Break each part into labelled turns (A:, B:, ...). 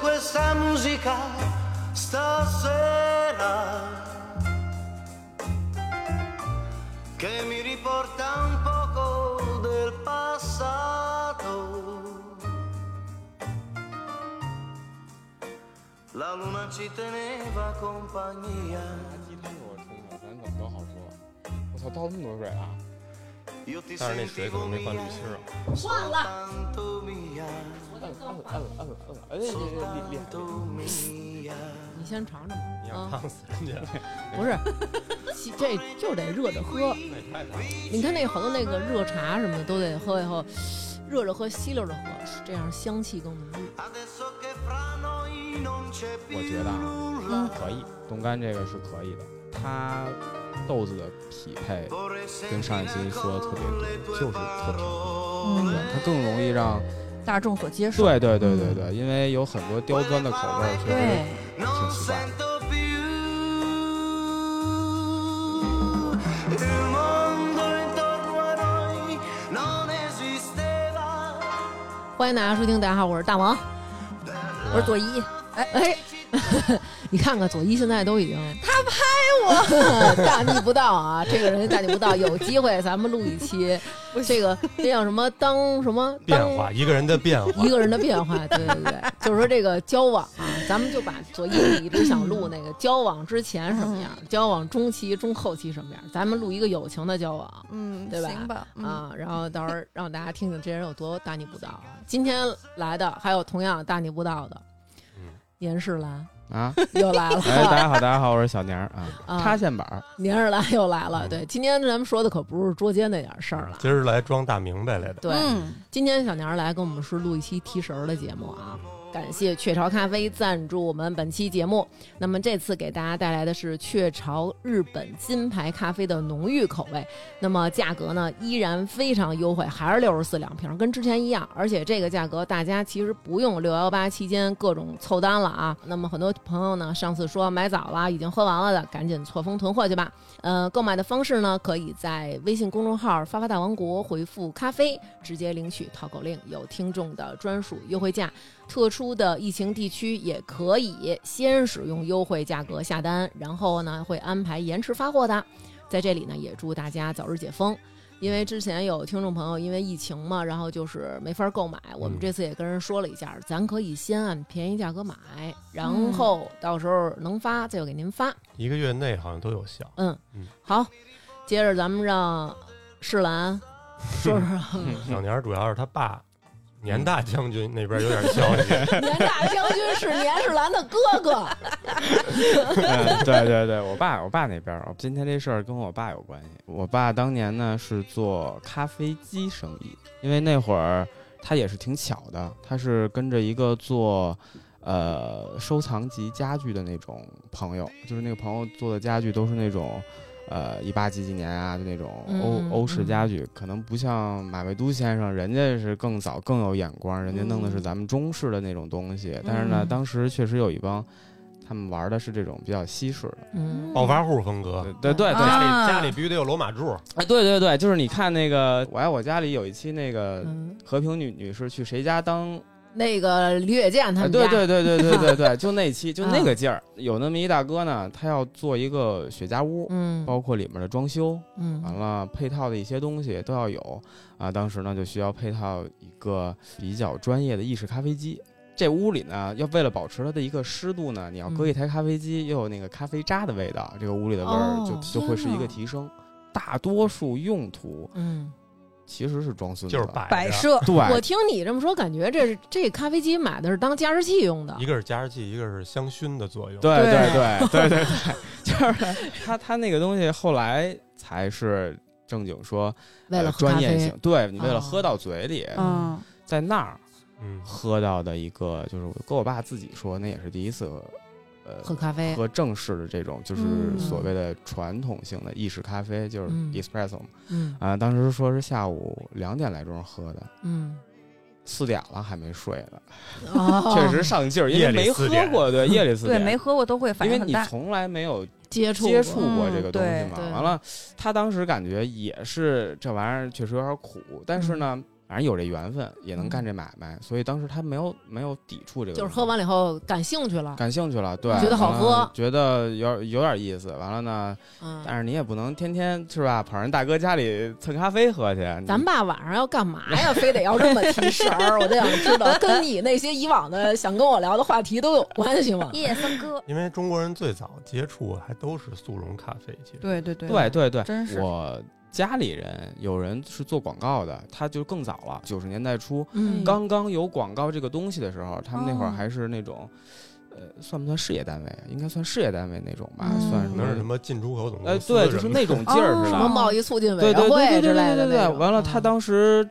A: questa musica stasera che mi riporta un poco del passato. La luna ci teneva compagnia.
B: 鸡汤给我冲了，咱怎么都好说。我操，倒这么多水啊！
A: Io ti
C: 但是那水可
A: sentivo
C: 能没灌滤
A: mia,
C: 芯儿啊。
A: soltanto mia,
B: 摁摁摁摁摁，哎，厉厉害！
A: soltanto mia.
D: 你先尝尝吧。
C: 你要
D: 啊，
C: 烫死人家，
D: 不是， 其这就得热着喝。
C: 那也太烫了。
D: 你看那好多那个热茶什么的都得喝以后，热着喝，吸溜着喝，这样香气更浓郁。
A: Adesso che fra noi non c'è più
B: 我觉得啊，
A: nulla,
B: 可以，冻干这个是可以的，它豆子的匹配
A: vorrei
B: 跟上一
A: sentire
B: 期说的特别对，就是特甜，
D: 嗯
A: 嗯，
B: 它更容易让
D: 大众所接受。
B: 对对对对对，因为有很多刁钻的口味儿，确
D: 对
B: 实，
A: non sento più il
B: 嗯
A: mondo intorno a noi non esisteva
D: 欢迎大家收听，大家好，我是大王，我是左一。哎哎，你看看左一现在都已经他拍我 大逆不道啊！这个人大逆不道，有机会咱们录一期这个这叫什么当什么当
C: 变化，一个人的变化
D: 一。个人的变化，对对对，就是说这个交往啊，咱们就把左一一直想录那个交往之前什么样，
E: 嗯
D: 交往中期、中后期什么样，咱们录一个友情的交往。
E: 嗯，
D: 对吧
E: 行吧，嗯、
D: 啊，然后到时候让大家听听这人有多大逆不道啊！今天来的还有同样大逆不道的
C: 嗯，
D: 严世兰
B: 啊。
D: 又来
B: 哎，大
D: 了，
B: 家好，大家好，我是小年儿啊，
D: 啊
B: 插线板儿，
D: 严世兰又来了。
C: 嗯
D: 对，今天咱们说的可不是捉奸那点事儿了。
C: 今儿来装大明白来的，
D: 对，
E: 嗯，
D: 今天小年儿来跟我们是录一期提神儿的节目啊，感谢雀巢咖啡赞助我们本期节目。那么这次给大家带来的是雀巢日本金牌咖啡的浓郁口味，那么价格呢依然非常优惠，还是六十四两瓶，跟之前一样。而且这个价格大家其实不用六幺八期间各种凑单了啊。那么很多朋友呢上次说买早了已经喝完了的，赶紧错峰囤货去吧。呃，购买的方式呢，可以在微信公众号“发发大王国”回复“咖啡”，直接领取淘口令，有听众的专属优惠价。特殊的疫情地区也可以先使用优惠价格下单，然后呢会安排延迟发货的。在这里呢，也祝大家早日解封。因为之前有听众朋友因为疫情嘛，然后就是没法购买，我们
C: 嗯
D: 这次也跟人说了一下，咱可以先按便宜价格买，然后到时候能发再给您发。
C: 一个月内好像都有效。
D: 嗯
C: 嗯，
D: 好，接着咱们让世兰说说
B: 嗯
C: 小年儿主要是他爸年大将军那边有点消 息，
D: 年大将军是年世兰的哥哥。
B: 嗯，对对对，我爸我爸那边儿，我今天这事儿跟我爸有关系。我爸当年呢是做咖啡机生意，因为那会儿他也是挺巧的，他是跟着一个做呃收藏级家具的那种朋友，就是那个朋友做的家具都是那种。呃，一八几几年啊，就那种欧、
D: 嗯嗯
B: 欧式
D: 嗯
B: 家具，可能不像马未都先生，人家是更早更有眼光，人家弄的是
D: 嗯
B: 咱们中式的那种东西。但是呢，
D: 嗯
B: 当时确实有一帮他们玩的是这种比较西式的，
D: 嗯，
C: 暴发户风格，
B: 对对对对，
E: 啊
C: 家里家里必须得有罗马柱，
B: 哎对对对，就是你看那个《我爱我家》里有一期那个
D: 嗯
B: 和平女女士去谁家当，
D: 那个李雪健他
B: 哎
D: 们
B: 对
D: 家，嗯
B: 对对对 对对对，就那期就那个劲儿，有那么一大哥呢，他要做一个雪茄屋。
D: 嗯，
B: 包括里面的装修，
D: 嗯
B: 完了配套的一些东西都要有啊。当时呢就需要配套一个比较专业的意式咖啡机。这屋里呢，要为了保持它的一个湿度呢，你要
D: 嗯
B: 搁一台咖啡机，又有那个咖啡渣的味道，这个屋里的味儿就、
D: 哦
B: 就会是一个提升。大多数用途
D: 嗯，
B: 其实是装孙子
C: 就
B: 的，
C: 是摆
E: 摆
C: 着。
E: 设，
D: 我
B: 对
D: 听你这么说，感觉这是这咖啡机买的是当加湿器用的
C: 一，个是加湿器，一个是香薰的作用。
B: 对
E: 对
B: 对对对对 对，就是它它那个东西后来才是正经说
D: 为
B: 呃
D: 了喝咖
B: 专业
D: 啡
B: 性，，对你为了
D: 哦
B: 喝到嘴里，
E: 嗯，
B: 在那儿
C: 嗯，
B: 喝到的一个，就是我跟我爸自己说，那也是第一次，呃，
D: 喝咖啡，
B: 喝正式的这种，就是
E: 嗯
B: 所谓的传统性的意式咖啡，就是
D: 嗯
B: espresso 嘛。
D: 嗯
B: 啊，当时说是下午两点来钟喝的，
D: 嗯，
B: 四点了还没睡呢，
D: 哦
B: 确实上劲儿，因
C: 夜
B: 为
C: 里
B: 没
C: 四
B: 喝
C: 点
B: 过，对，夜里四
E: 对，
B: 点
E: 没。喝过都会反
B: 因为
E: 应很
B: 你
E: 大，
B: 从来没有
D: 接触
B: 接
D: 过
B: 触过这个东西
E: 嗯
B: 嘛，
D: 对对嗯
B: 完了，他当时感觉也是这玩意儿确实有点苦，但是呢，反正有这缘分，也能干这买卖，所以当时他没有没有抵触这个东西，
D: 就是喝完了以后感兴趣了，
B: 感兴趣了，对，
D: 觉得好
B: 完了
D: 喝
B: 觉得有有点意思。完了呢，
D: 嗯，
B: 但是你也不能天天是吧，跑人大哥家里蹭咖啡喝去。你
D: 咱爸晚上要干嘛呀？非得要这么提神儿？我就想知道，跟你那些以往的想跟我聊的话题都有关系吗？
E: 夜笙歌，
C: 因为中国人最早接触还都是速溶咖啡，其实
F: 对对对
B: 对对对，
F: 真是
B: 我家里人有人是做广告的，他就更早了，九十年代初
D: 嗯，
B: 刚刚有广告这个东西的时候，他们那会儿
F: 哦
B: 还是那种。呃，算不算事业单位？啊应该算事业单位那种吧，
F: 嗯
B: 算
C: 可能是
B: 什
C: 什
B: 么？
C: 么进出口总
B: 呃，
C: 公司
B: 对，就是
C: 什么的
B: 那种劲儿
F: 哦
B: 似
D: 什
B: 的
D: 么。贸易促进委
B: 对对
D: 员
B: 对
D: 会
B: 对
D: 之
B: 对
D: 类
B: 对
D: 的
B: 对
D: 那
B: 对，
D: 种。
B: 完了，他
D: 嗯
B: 当时，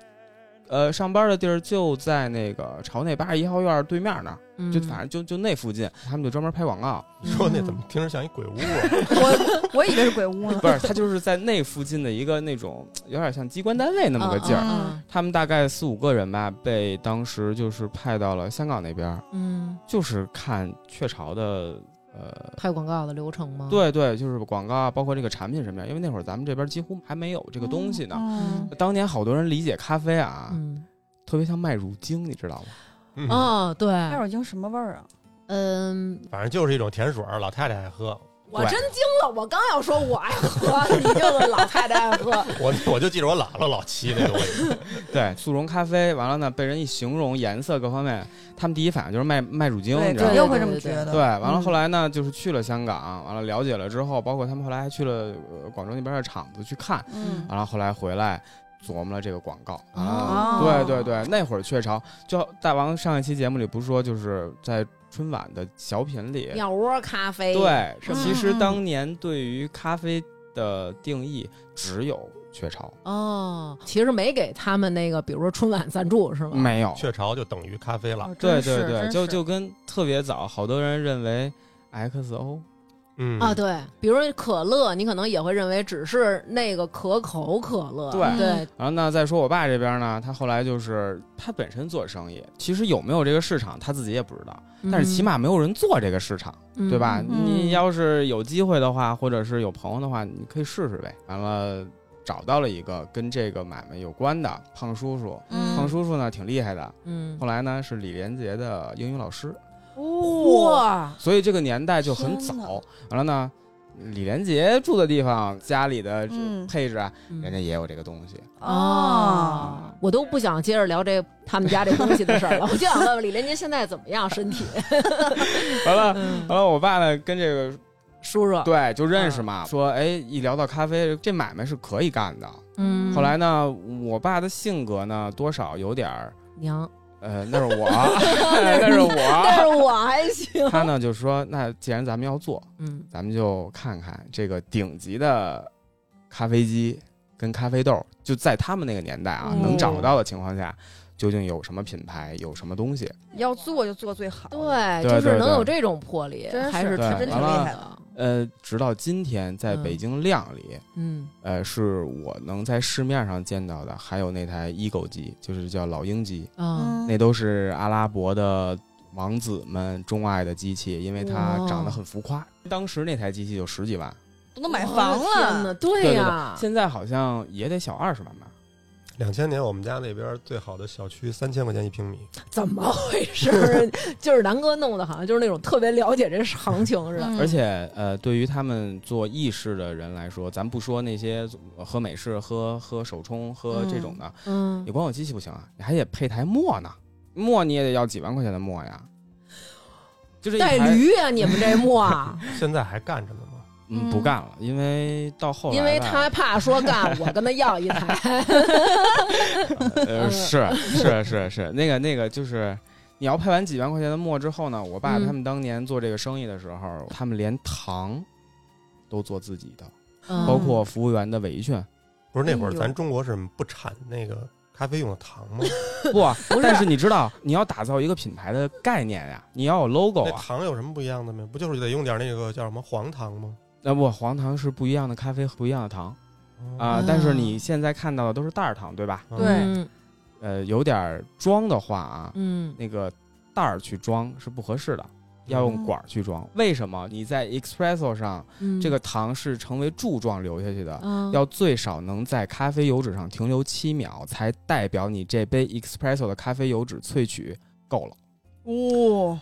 B: 呃，上班的地儿就在那个朝内八十一号院对面那儿，
D: 嗯
B: 就反正就就那附近，他们就专门拍广告，
C: 你 说那怎么听着像一鬼屋啊？
F: 我我以为是鬼屋呢。
B: 不是，他就是在那附近的一个那种有点像机关单位那么个劲
D: 哦
B: 儿。
F: 嗯
B: 他们大概四五个人吧，被当时就是派到了香港那边儿，
D: 嗯，
B: 就是看雀巢的，呃，
D: 拍广告的流程吗？，
B: 对对，就是广告啊，包括这个产品什么样，因为那会儿咱们这边几乎还没有这个东西呢。
F: 嗯
B: 当年好多人理解咖啡啊，
D: 嗯，
B: 特别像卖乳精，你知道吗？
C: 嗯，
D: 哦，对，
F: 那会儿已经什么味儿啊？
D: 嗯，
C: 反正就是一种甜水儿，老太太爱喝。
D: 我
B: 对
D: 真惊了，我刚要说我爱喝，你就是老太太爱喝，
C: 我我就记着我姥姥老沏那东西，
B: 对，速溶咖啡，完了呢，被人一形容颜色各方面，他们第一反应就是卖卖乳精，
F: 对，
B: 你知道吗
F: 肯定？会这么觉得。
B: 对，完了
F: 嗯
B: 后来呢，就是去了香港，完了了解了之后，包括他们后来还去了、呃广州那边的厂子去看，
F: 嗯
B: 完了后来回来琢磨了这个广告啊，
F: 哦
B: 对对对，那会儿雀巢就大王上一期节目里不是说就是在春晚的小品里，
D: 鸟窝咖啡，，
B: 对，
D: 是吗
B: 其
F: 嗯
B: 实
F: 嗯嗯
B: 当年对于咖啡的定义只有雀巢，
D: 哦，其实没给他们那个，比如说春晚赞助是吗？，
B: 没有，
C: 雀巢就等于咖啡了。
F: 哦
B: 对对
F: 真是
B: 对，
F: 真
B: 就是就跟特别早，好多人认为 XO
C: 嗯
D: 啊，，对，比如说可乐，你可能也会认为只是那个可口可乐，
B: 对
D: 对，
B: 然后呢，再说我爸这边呢，他后来就是他本身做生意，其实有没有这个市场他自己也不知道，但是起码没有人做这个市场，
D: 嗯
B: 对吧？
D: 嗯
B: 你要是有机会的话，或者是有朋友的话，你可以试试呗。完了，找到了一个跟这个买卖有关的胖叔叔，
F: 嗯
B: 胖叔叔呢挺厉害的，
D: 嗯，
B: 后来呢是李连杰的英语老师，
F: 哇，
D: 哇，
B: 所以这个年代就很
F: 天哪
B: 早。完了呢，李连杰住的地方，家里的这
F: 嗯
B: 配置啊，
D: 嗯
B: 人家也有这个东西。
F: 哦，
D: 我都不想接着聊这他们家这东西的事儿 了，我就想问问李连杰现在怎么样，身体？
B: 完了，完了，我爸呢跟这个
D: 叔叔，
B: 对就认识嘛，说哎，一聊到咖啡这买卖是可以干的。
D: 嗯，
B: 后来呢，我爸的性格呢多少有点儿，
D: 娘，
B: 呃，那是我，那是
D: 但
B: 我。
D: 是我还行，
B: 他呢就说，那既然咱们要做，
D: 嗯
B: 咱们就看看这个顶级的咖啡机跟咖啡豆，就在他们那个年代啊，
F: 哦
B: 能找到的情况下，究竟有什么品牌，有什么东西？
F: 要做就做最好。，
B: 对
D: 对，就是
B: 对
D: 能
B: 对
D: 有这种魄力，
F: 真是
D: 还是
B: 对
D: 挺
B: 真
D: 厉
B: 挺
F: 厉
D: 害
F: 害
D: 的。
B: 呃，直到今天，在北京量里，
D: 嗯，
B: 呃，是我能在市面上见到的，还有那台伊狗机，就是叫老鹰机，
F: 嗯
D: 啊，
B: 那都是阿拉伯的王子们钟爱的机器，因为它
D: 哇
B: 长得很浮夸。当时那台机器就十几万，
F: 都能买房啊
B: 哦
D: 我的天
F: 了
D: 呐，对
B: 对
D: 呀，
B: 现在好像也得小二十万吧。
C: 两千年我们家那边最好的小区三千块钱一平米，
D: 怎么回事？ 就是南哥弄的，好像就是那种特别了解这行情似的。
F: 嗯
B: 而且，呃，对于他们做意式的人来说，咱不说那些呃喝美式、喝喝手冲、喝这种的，
D: 嗯
B: 你，光有机器不行啊，你还得配台磨呢，磨你也得要几万块钱的磨呀。就这一
D: 带
B: 台
D: 驴呀，你们这 墨啊，
C: 现在还干着呢吗？
B: 嗯，
F: 嗯
B: 不干了，因为到后来吧，
D: 因为他怕说干，我跟他要一台。
B: 呃
D: 嗯
B: 是是是是那个那个就是，你要配完几万块钱的墨之后呢，我爸
D: 嗯
B: 他们当年做这个生意的时候，他们连糖都做自己的，
D: 嗯
B: 包括服务员的委券，
C: 不是那会
F: 哎
C: 儿
F: 呦
C: 咱中国是不产那个咖啡用的糖吗？
B: 不，但是你知道你要打造一个品牌的概念呀，你要有 logo
C: 那
B: 啊，
C: 糖有什么不一样的没？不就是得用点那个叫什么黄糖吗？
B: 那不黄糖是不一样的咖啡，不一样的糖啊、
D: 嗯
B: 但是你现在看到的都是袋儿糖，对吧？
C: 嗯
F: 对
D: 嗯
B: 呃，有点儿装的话啊，
D: 嗯
B: 那个袋儿去装是不合适的。要用管儿去装。为什么？你在 espresso 上，
D: 嗯
B: 这个糖是成为柱状流下去的，
D: 嗯
B: 要最少能在咖啡油脂上停留七秒，才代表你这杯 espresso 的咖啡油脂萃取够了。
F: 哦，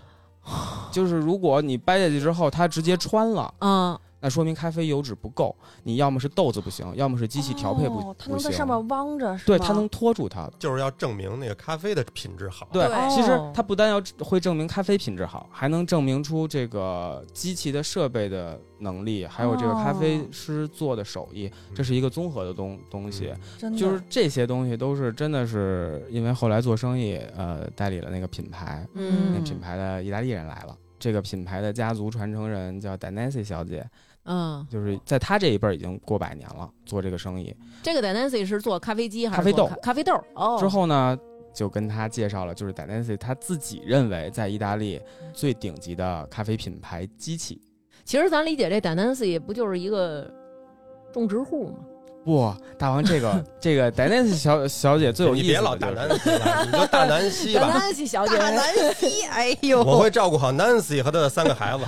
B: 就是如果你掰下去之后，它直接穿了，
D: 嗯
B: 那说明咖啡油脂不够。你要么是豆子不行，要么是机器调配不、
F: 哦它
B: 不
F: 能在
B: 行。
F: 上面汪着，是
B: 对，
F: 吗
B: 它能托住它的。
C: 就是要证明那个咖啡的品质好。
B: 对，
F: 对
B: 其实
D: 哦
B: 它不但要会证明咖啡品质好，还能证明出这个机器的设备的能力，还有这个咖
F: 哦
B: 啡师做的手艺，这是一个综合的东东西。
C: 嗯
F: 真的
B: 就是这些东西都是真的是因为后来做生意，呃，代理了那个品牌，那
D: 嗯
B: 品牌的意大利人来了。这个品牌的家族传承人叫 Danesi 小姐，
D: 嗯，
B: 就是在她这一辈儿已经过百年了，做这个生意。
D: 这个 Dancy 是做咖啡机还是
B: 咖啡
D: 做
B: 豆
D: 咖啡豆哦，
B: 之后呢，就跟他介绍了，就是 Danesi 他自己认为在意大利最顶级的咖啡品牌机器。
D: 其实咱理解这 Dancy 不就是一个种植户吗？
B: 哇，大王，这 个这个 Danesi 小小姐最有意
C: 你
B: 思的、就是，
C: 别老大南西了，你就大南西
D: 大
C: 吧。
D: 南西小姐
F: 大，南西，哎呦，
C: 我会照顾好 Nancy 和她的三 个孩子。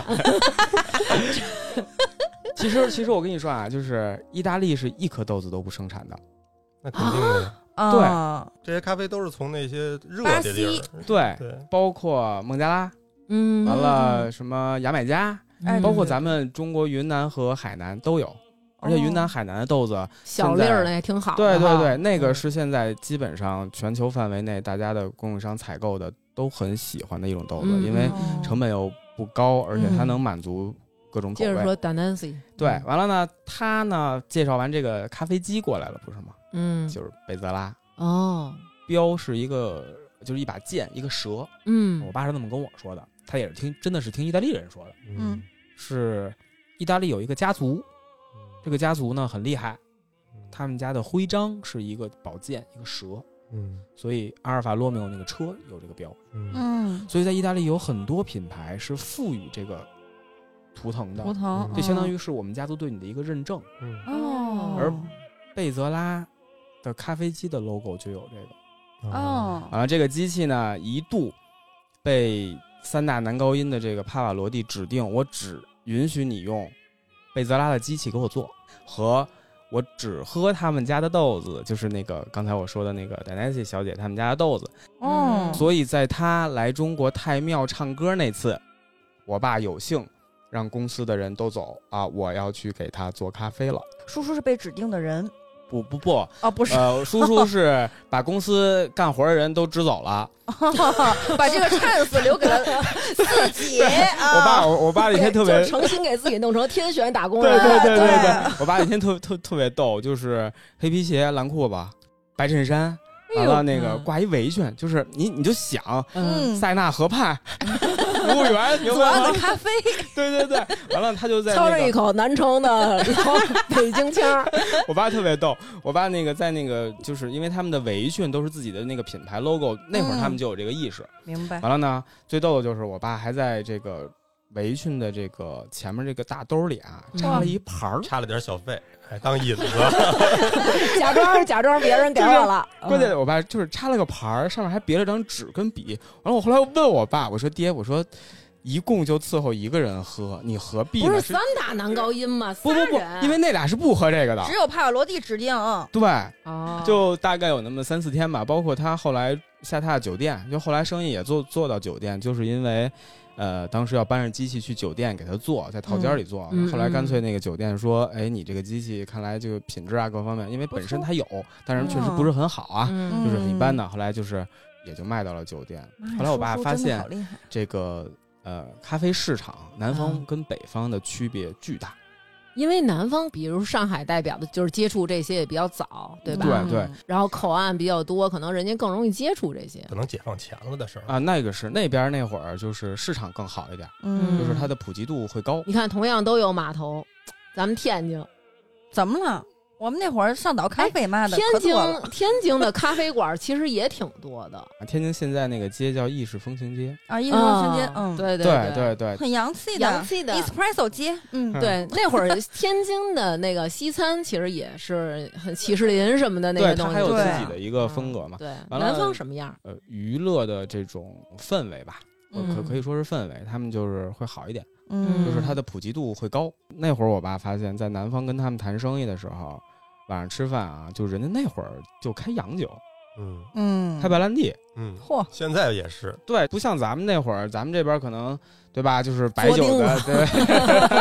B: 其实其实我跟你说啊，就是意大利是一颗豆子都不生产的。
C: 那肯定的，
F: 啊
C: 这些咖啡都是从那些热
F: 巴
C: 的地
F: 西
C: 儿。
B: 对，
C: 嗯对，
B: 包括孟加拉，
D: 嗯，
B: 完了什么牙买加，
F: 哎
B: 包括咱们中国云南和海南都有。而且
F: 哦
D: 哦
B: 云南、海南的豆子，
D: 小粒儿的也挺好
B: 对
D: 的哈，
B: 对对，那个
D: 嗯
B: 是现在基本上全球范围内大家的供应商采购的都很喜欢的一种豆子，
D: 嗯
B: 因为
F: 哦
B: 成本又不高，而且它能满足各种口
D: 接着
B: 味。
D: 说嗯 Dancy，
B: 对，完了呢，他呢介绍完这个咖啡机过来了，不是吗？
D: 嗯，
B: 就是贝泽拉，
D: 哦，
B: 标是一个就是一把剑，一个蛇。
D: 嗯，
B: 我爸是那么跟我说的，他也是听真的是听意大利人说的，
F: 嗯
B: 是意大利有一个家族，
C: 嗯
B: 这个家族呢很厉害，他们家的徽章是一个宝剑，一个蛇。
C: 嗯
B: 所以阿尔法罗密欧那个车有这个标，
C: 嗯
F: 嗯
B: 所以在意大利有很多品牌是赋予这个图腾的
F: 图，腾，
B: 这相当
F: 嗯
B: 于是我们家族对你的一个认证。
C: 嗯
F: 哦，
B: 而贝泽拉的咖啡机的 logo 就有这个。嗯
F: 哦
C: 嗯
B: 然后这个机器呢，一度被三大男高音的这个帕瓦罗蒂指定，我只允许你用贝泽拉的机器给我做，和我只喝他们家的豆子，就是那个刚才我说的那个 Danesi 小姐他们家的豆子。
F: 哦，
B: 所以在他来中国太庙唱歌那次，我爸有幸让公司的人都走啊，我要去给他做咖啡了。
F: 叔叔是被指定的人
B: 不不不，
F: 哦，不是，
B: 呃， 叔叔是把公司干活的人都支走了。
F: 把这个 chance 留给了 自己啊。
B: 我爸，我我爸那天特别
D: 哦就，诚心给自己弄成天选打 工
B: 对
D: 人，
B: 对对
F: 对
B: 对，我爸那天特特特别逗，就是黑皮鞋、蓝裤子、白衬衫，
D: 哎
B: 完
D: 呦
B: 了那个挂一围裙，就是你你就想
F: 嗯
B: 塞纳河 畔服务员，明
F: 左
B: 白
F: 岸
B: 吗
F: 的？咖啡，
B: 对对对，完了他就在
D: 操
B: 那
D: 着
B: 个
D: 一口南城 的老北京腔儿，
B: 我爸特别逗，我爸那个在那个就是因为他们的围裙都是自己的那个品牌 logo，那会儿他
D: 嗯
B: 们就有这个意识。
F: 明
D: 哎
F: 白？
B: 完了呢，最逗的就是我爸还在这个围裙的这个前面这个大兜里啊
D: 嗯
B: 插了一盘儿。
C: 差了点小费，还当引子。
D: 假装假装别人给我了，嗯
B: 关键我爸就是插了个盘儿，上面还别了张纸跟笔。完了，我后来问我爸，我说爹，我说一共就伺候一个人喝，你何必
D: 不
B: 呢？
D: 是
B: 是
D: 三大男高音吗？
B: 不不
D: 仨
B: 不，
D: 人
B: 因为那俩是不喝这个的
F: 只。有帕瓦罗蒂指定，啊
B: 对，
D: 哦，
B: 就大概有那么三四天吧。包括他后来下榻酒店，就后来生意也做做到酒店，就是因为，呃，当时要搬着机器去酒店给他做，在套间里做。
D: 嗯嗯
B: 后来干脆那个酒店说，哎，你这个机器看来这个品质啊各方面，因为本身它有，但是确实不是很好啊，
D: 嗯
B: 就是很一般的。后来就是也就卖到了酒店。
D: 哎
B: 后来我爸发现这个呃咖啡市场南方
D: 嗯
B: 跟北方的区别巨大。
D: 因为南方，比如上海代表的就是接触这些也比较早，对吧？
B: 对对
D: 然后口岸比较多，可能人家更容易接触这些。
C: 可能解放前了的事儿
B: 啊，那个是那边那会儿就是市场更好一点，
F: 嗯，
B: 就是它的普及度会高。
D: 你看，同样都有码头，咱们天津，
F: 怎么了？我们那会儿上岛咖啡嘛的，
D: 天
F: 可
D: 津
F: 多了，
D: 天津的咖啡馆其实也挺多的。
B: 啊天津现在那个街叫意式风情街，
F: 啊，一
D: 一
F: 条瞬间，嗯，，
D: 对
B: 对
D: 对，
B: 对，
F: 很洋气的，
D: 洋气的。
F: espresso 街，嗯，
D: 对，那 会儿天津的那个西餐其实也是很喜事林什么的那
B: 对，
D: 些东
B: 它
D: 西，嗯
B: 还有自
F: 对
B: 己的一个风格嘛。
D: 对，
B: 完了
D: 南方什么样？
B: 呃，娱乐的这种氛围吧，呃可可以说是氛围，他们就是会好一点，
D: 嗯
B: 就是它的普及度会高。那会儿我爸发现，在南方跟他们谈生意的时候，晚上吃饭啊，就人家那会儿就开洋酒，
C: 嗯
F: 嗯，
B: 开白兰地，
C: 嗯，
F: 嚯，
C: 现在也是，
B: 对，不像咱们那会儿，咱们这边可能对吧，就是白
D: 嘬
B: 酒
D: 丁
B: 的，对，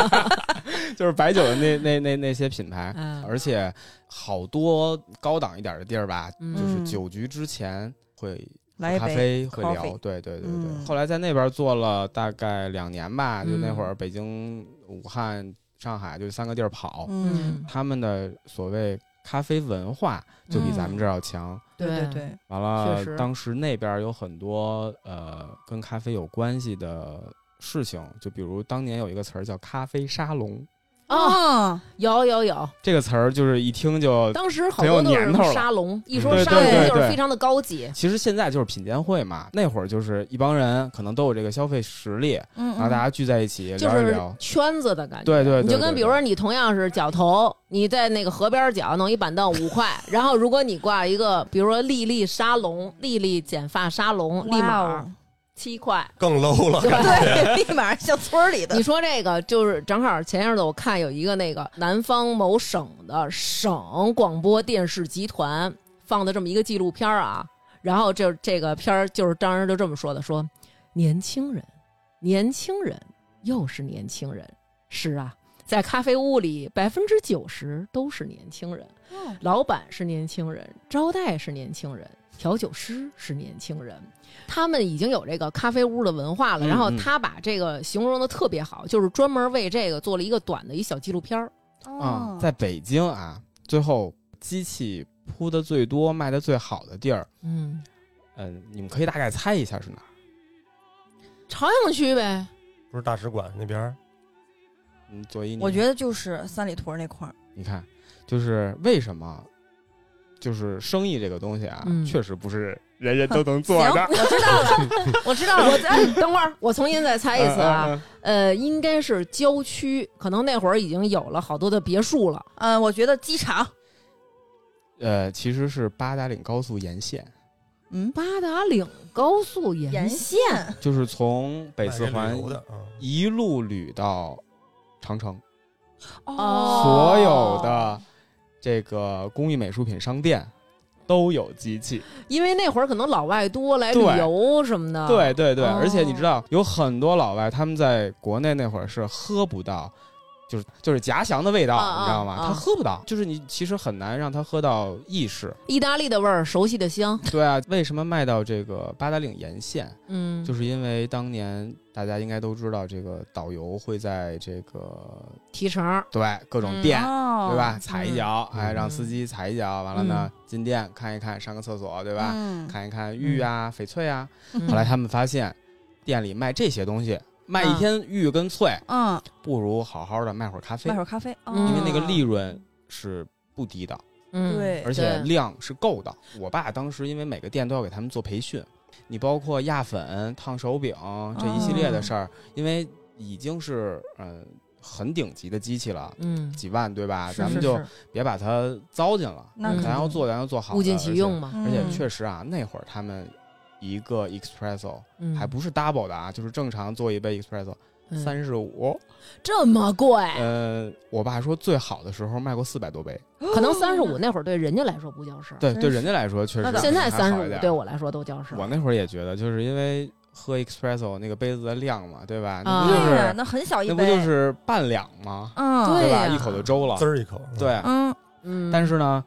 B: 就是白酒的那那那那些品牌，
D: 嗯
B: 哎而且好多高档一点的地儿吧，就是
F: 嗯
B: 酒局之前会
F: 来
B: 喝
F: 一
B: 咖
F: 杯，
B: 啡会聊
F: coffee，
B: 对对对对。
F: 嗯
B: 后来在那边做了大概两年吧，就那
D: 嗯
B: 会儿北京、武汉、上海就三个地儿跑，
F: 嗯，
B: 他们的所谓咖啡文化就比咱们这儿要强。
F: 对
D: 对
F: 对对，
B: 完
D: 确
B: 了
D: 实，
B: 当时那边有很多呃跟咖啡有关系的事情，就比如当年有一个词儿叫“咖啡沙龙
D: 哦，
F: 啊，
D: 有有有，”，
B: 这个词儿就是一听就，
D: 当时好
B: 很有
D: 多都
B: 年
D: 是
B: 头了嗯
D: 沙龙，一说
B: 对
D: 沙
B: 对
D: 龙
B: 对
D: 就是
B: 对
D: 非常的高级，
B: 其实现在就是品鉴会嘛，那会儿就是一帮人可能都有这个消费实力，
F: 嗯，
B: 然后大家聚在一起
D: 就
B: 聊一
D: 是
B: 聊。
D: 圈子的感觉。
B: 对对对，
D: 你就
B: 对
D: 跟
B: 对
D: 比如说，你同样是绞头，你在那个河边绞，弄一板凳 五块，然后如果你挂一个，比如说丽丽沙龙、丽丽剪发沙龙、立
F: 哇
D: 马
F: 哦，
D: 七块，
C: 更 low 了。
B: 啊
D: 对吧？
F: 对，立 马像村儿里的
D: 你，说这个就是正好前日子我看有一个那个南方某省的省广播电视集团放的这么一个纪录片儿啊，然后这这个片儿就是当时就这么说的，说年轻人，年轻人又是年轻人，是啊，在咖啡屋里百分之九十都是年轻人。
F: 嗯
D: 老板是年轻人，招待是年轻人，调酒师是年轻人，他们已经有这个咖啡屋的文化了。
B: 嗯
D: 然后
B: 嗯
D: 他把这个形容的特别好，就是专门为这个做了一个短的一小纪录片儿。
B: 啊
F: 哦，
B: 在北京啊，最后机器铺的最多、卖的最好的地儿，
D: 嗯，
B: 嗯，你们可以大概猜一下是哪儿？
D: 朝阳区呗，
C: 不是大使馆那边儿，
B: 嗯，左一，
F: 我
B: 你
F: 觉得就是三里屯那块儿，
B: 你看，就是为什么，就是生意这个东西啊，
D: 嗯
B: 确实不是人人都能做 的。
D: 我 知道了，我知道了。我再等会儿，我重新再猜一次啊。
B: 嗯，嗯嗯
D: 呃，应该是郊区，可能那会儿已经有了好多的别墅了。
F: 嗯，我觉得机场，
B: 呃，其实是八达岭高速沿线，
F: 嗯，
D: 八达岭高速沿
F: 沿
D: 线，
F: 线，
B: 就是从北四
C: 卖
B: 环
C: 给旅游的，嗯，
B: 一路捋到长城，
D: 哦
B: 所有的这个工艺美术品商
D: 哦
B: 店都有机器。
D: 因为那会儿可能老外多来旅
B: 对
D: 游什么的。
B: 对对对，
D: 哦
B: 而且你知道，有很多老外他们在国内那会儿是喝不到，就是就是夹祥的味道，
D: 啊
B: 你知道吗？
D: 啊啊
B: 他喝不到，就是你其实很难让他喝到意 式。
D: 意大利的味儿，熟悉的香。
B: 对啊，为什么卖到这个八达岭沿线？
D: 嗯，
B: 就是是因为当年大家应该都知道，这个导游会在这个
D: 提成儿。
B: 对各种
D: 嗯
B: 店。
F: 哦
B: 对吧？？踩一脚，
C: 嗯
B: 哎，让
D: 嗯
B: 司机踩一脚，完了呢，进店看一看，上个厕所，对吧？
F: 嗯，
B: 看一看玉啊、翡翠啊。
D: 嗯
B: 后来他们发现，店里卖这些东西，卖一
D: 啊
B: 天玉跟翠，
F: 嗯，
B: 不如好好的卖会儿咖啡
F: 卖，会儿咖啡，哦
B: 因为
D: 嗯
B: 那个利润是不低的，
D: 嗯
F: 对
B: 而且
D: 对
B: 量是够的。我爸当时因为每个店都要给他们做培训，你包括压粉、烫手饼这一系列的事儿，
F: 嗯
B: 因为已经是嗯、呃很顶级的机器了。
D: 嗯，
B: 几万对吧？
F: 是
B: 啊咱们
F: 是
B: 就是别把它糟践了，
F: 那
D: 嗯
F: 肯
B: 咱要
F: 定
B: 做，咱要做好的，
D: 物尽其用嘛，
B: 而且。而
F: 嗯
B: 且确实啊，那会儿他们一个 espresso
D: 嗯
B: 还不是 double 的啊，就是正常做一杯 espresso
D: 嗯
B: 三十五，
D: 这么贵，
B: 呃，我爸说最好的时候卖过四百多杯，
D: 可能三
F: 哦
D: 十五那会儿对人家来说不叫事儿，
B: 对
F: 真
B: 对，
F: 是
B: 人家来说确
F: 啊
B: 实
F: 那倒
B: 还
D: 现在
B: 还
D: 三十
B: 好一
D: 五
B: 点
D: 对我来说都叫事
B: 我
D: 儿。
B: 那会儿也觉得，就是因为喝 espresso 那个杯子的量嘛，对吧？那
D: 啊
B: 不就
F: 对呀，
B: 是
F: 那很小一
B: 那
F: 杯，
B: 不就是半两吗？
F: 嗯，
D: 对
B: 吧？
D: 呀
B: 一口就周了
C: 滋，儿一口，嗯
B: 啊对。
F: 嗯，
D: 嗯，
B: 但是呢，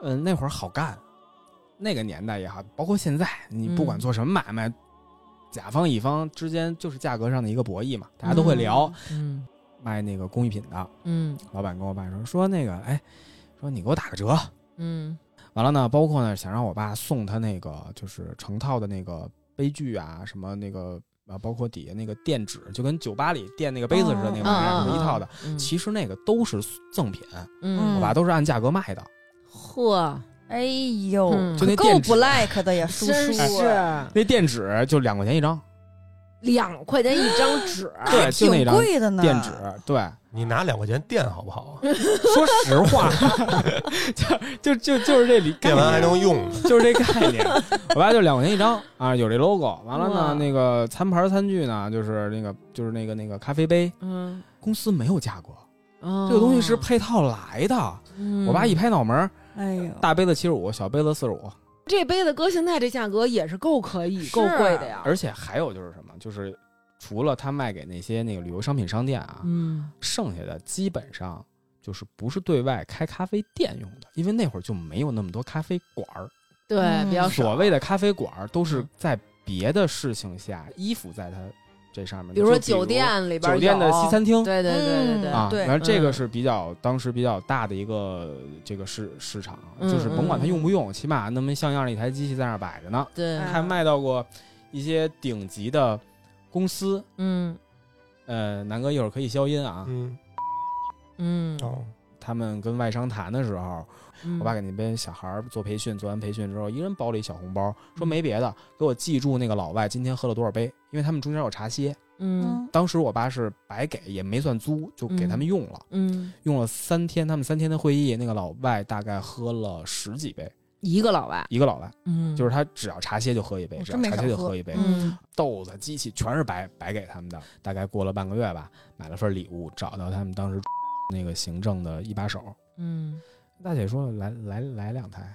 B: 嗯，那会儿好干，那个年代也好，包括现在，你不管
D: 嗯
B: 做什么买卖，甲方乙方之间就是价格上的一个博弈嘛，大家都会聊。
D: 嗯
B: 卖那个工艺品的
D: 嗯
B: 老板跟我爸说，说那个，哎，说你给我打个折，
D: 嗯
B: 完了呢，包括呢，想让我爸送他那个就是成套的那个杯具啊，什么那个啊，包括底下那个垫纸，就跟酒吧里垫那个杯子似的那
F: 嗯
B: 个
D: 嗯
B: 玩意儿，什
D: 嗯
B: 么一套的。，
D: 嗯
B: 其实那个都是赠品，
D: 嗯
B: 我爸都是按价格卖的。
D: 嚯，
F: 哎呦
D: 嗯，
B: 哦就那啊
F: 可够
B: 电池
F: 不 like 的呀，叔
D: 真
F: 叔，
D: 是
B: 那垫纸就两块钱一张，
D: 两块钱一张纸，
B: 对，就那
F: 啊挺
B: 张
F: 贵的呢，
B: 垫纸，对，
C: 你拿两块钱垫好不啊好？
B: 说实话， 就就就就是这里概
C: 垫完还
B: 念，
C: 能用呢。
B: 就是这啊概念。我爸就两块钱一张啊，有这 logo。完了
D: 哇
B: 呢，那个餐盘餐具呢，就是那个就是那个那个咖啡杯，
D: 嗯，哦
B: 公司没有加过，
D: 这
F: 哦
B: 这个东西是配套来的。
D: 嗯
F: 嗯
B: 我爸一拍脑门儿，
F: 哎呦，
B: 大杯子七十五，小杯子四十五，
D: 这杯子搁现在这价格也是够可以、够贵的呀。
B: 而且还有就是什么，就是除了他卖给那些那个旅游商品商店啊，
D: 嗯，
B: 剩下的基本上就是不是对外开咖啡店用的，因为那会儿就没有那么多咖啡馆儿。
D: 对，
F: 嗯
D: 比较
B: 所
D: 少。
B: 谓的咖啡馆儿都是在别的事情下依附在它这上面的，
D: 比如说
B: 就
D: 酒店里边
B: 酒店的西餐厅。
D: 对对对对
F: 嗯
D: 对
B: 啊，
F: 对
B: 然后这
D: 嗯
B: 个是比较当时比较大的一个这个市市场，啊
D: 嗯
B: 就是甭管它
D: 嗯
B: 用不用，起码那么像样的一台机器在那儿摆着呢。
D: 对，
F: 嗯
B: 还卖到过一些顶级的公司，
D: 嗯
B: 呃，南哥一会儿可以消音啊。
C: 嗯，
D: 嗯，
C: 哦，
B: 他们跟外商谈的时候，
D: 嗯
B: 我爸给那边小孩儿做培训，做完培训之后，一人包了一小红包，说
F: 嗯
B: 没别的，给我记住那个老外今天喝了多少杯，因为他们中间有茶歇。
D: 嗯
B: 当时我爸是白给，也没算租，就给他们用了，
D: 嗯，
B: 用了三天，他们三天的会议，那个老外大概喝了十几杯，
D: 一个老外，
B: 一个老外，
D: 嗯，
B: 就是他只要茶歇就喝一杯，
F: 我
B: 只
F: 真
B: 要茶
F: 没少
B: 歇就
F: 喝
B: 喝一杯，
F: 嗯，
B: 豆子、机器全是白白给他们的。大概过了半个月吧，买了份礼物，找到他们当时那个行政的一把手，
D: 嗯，
B: 大姐说来来来两 台，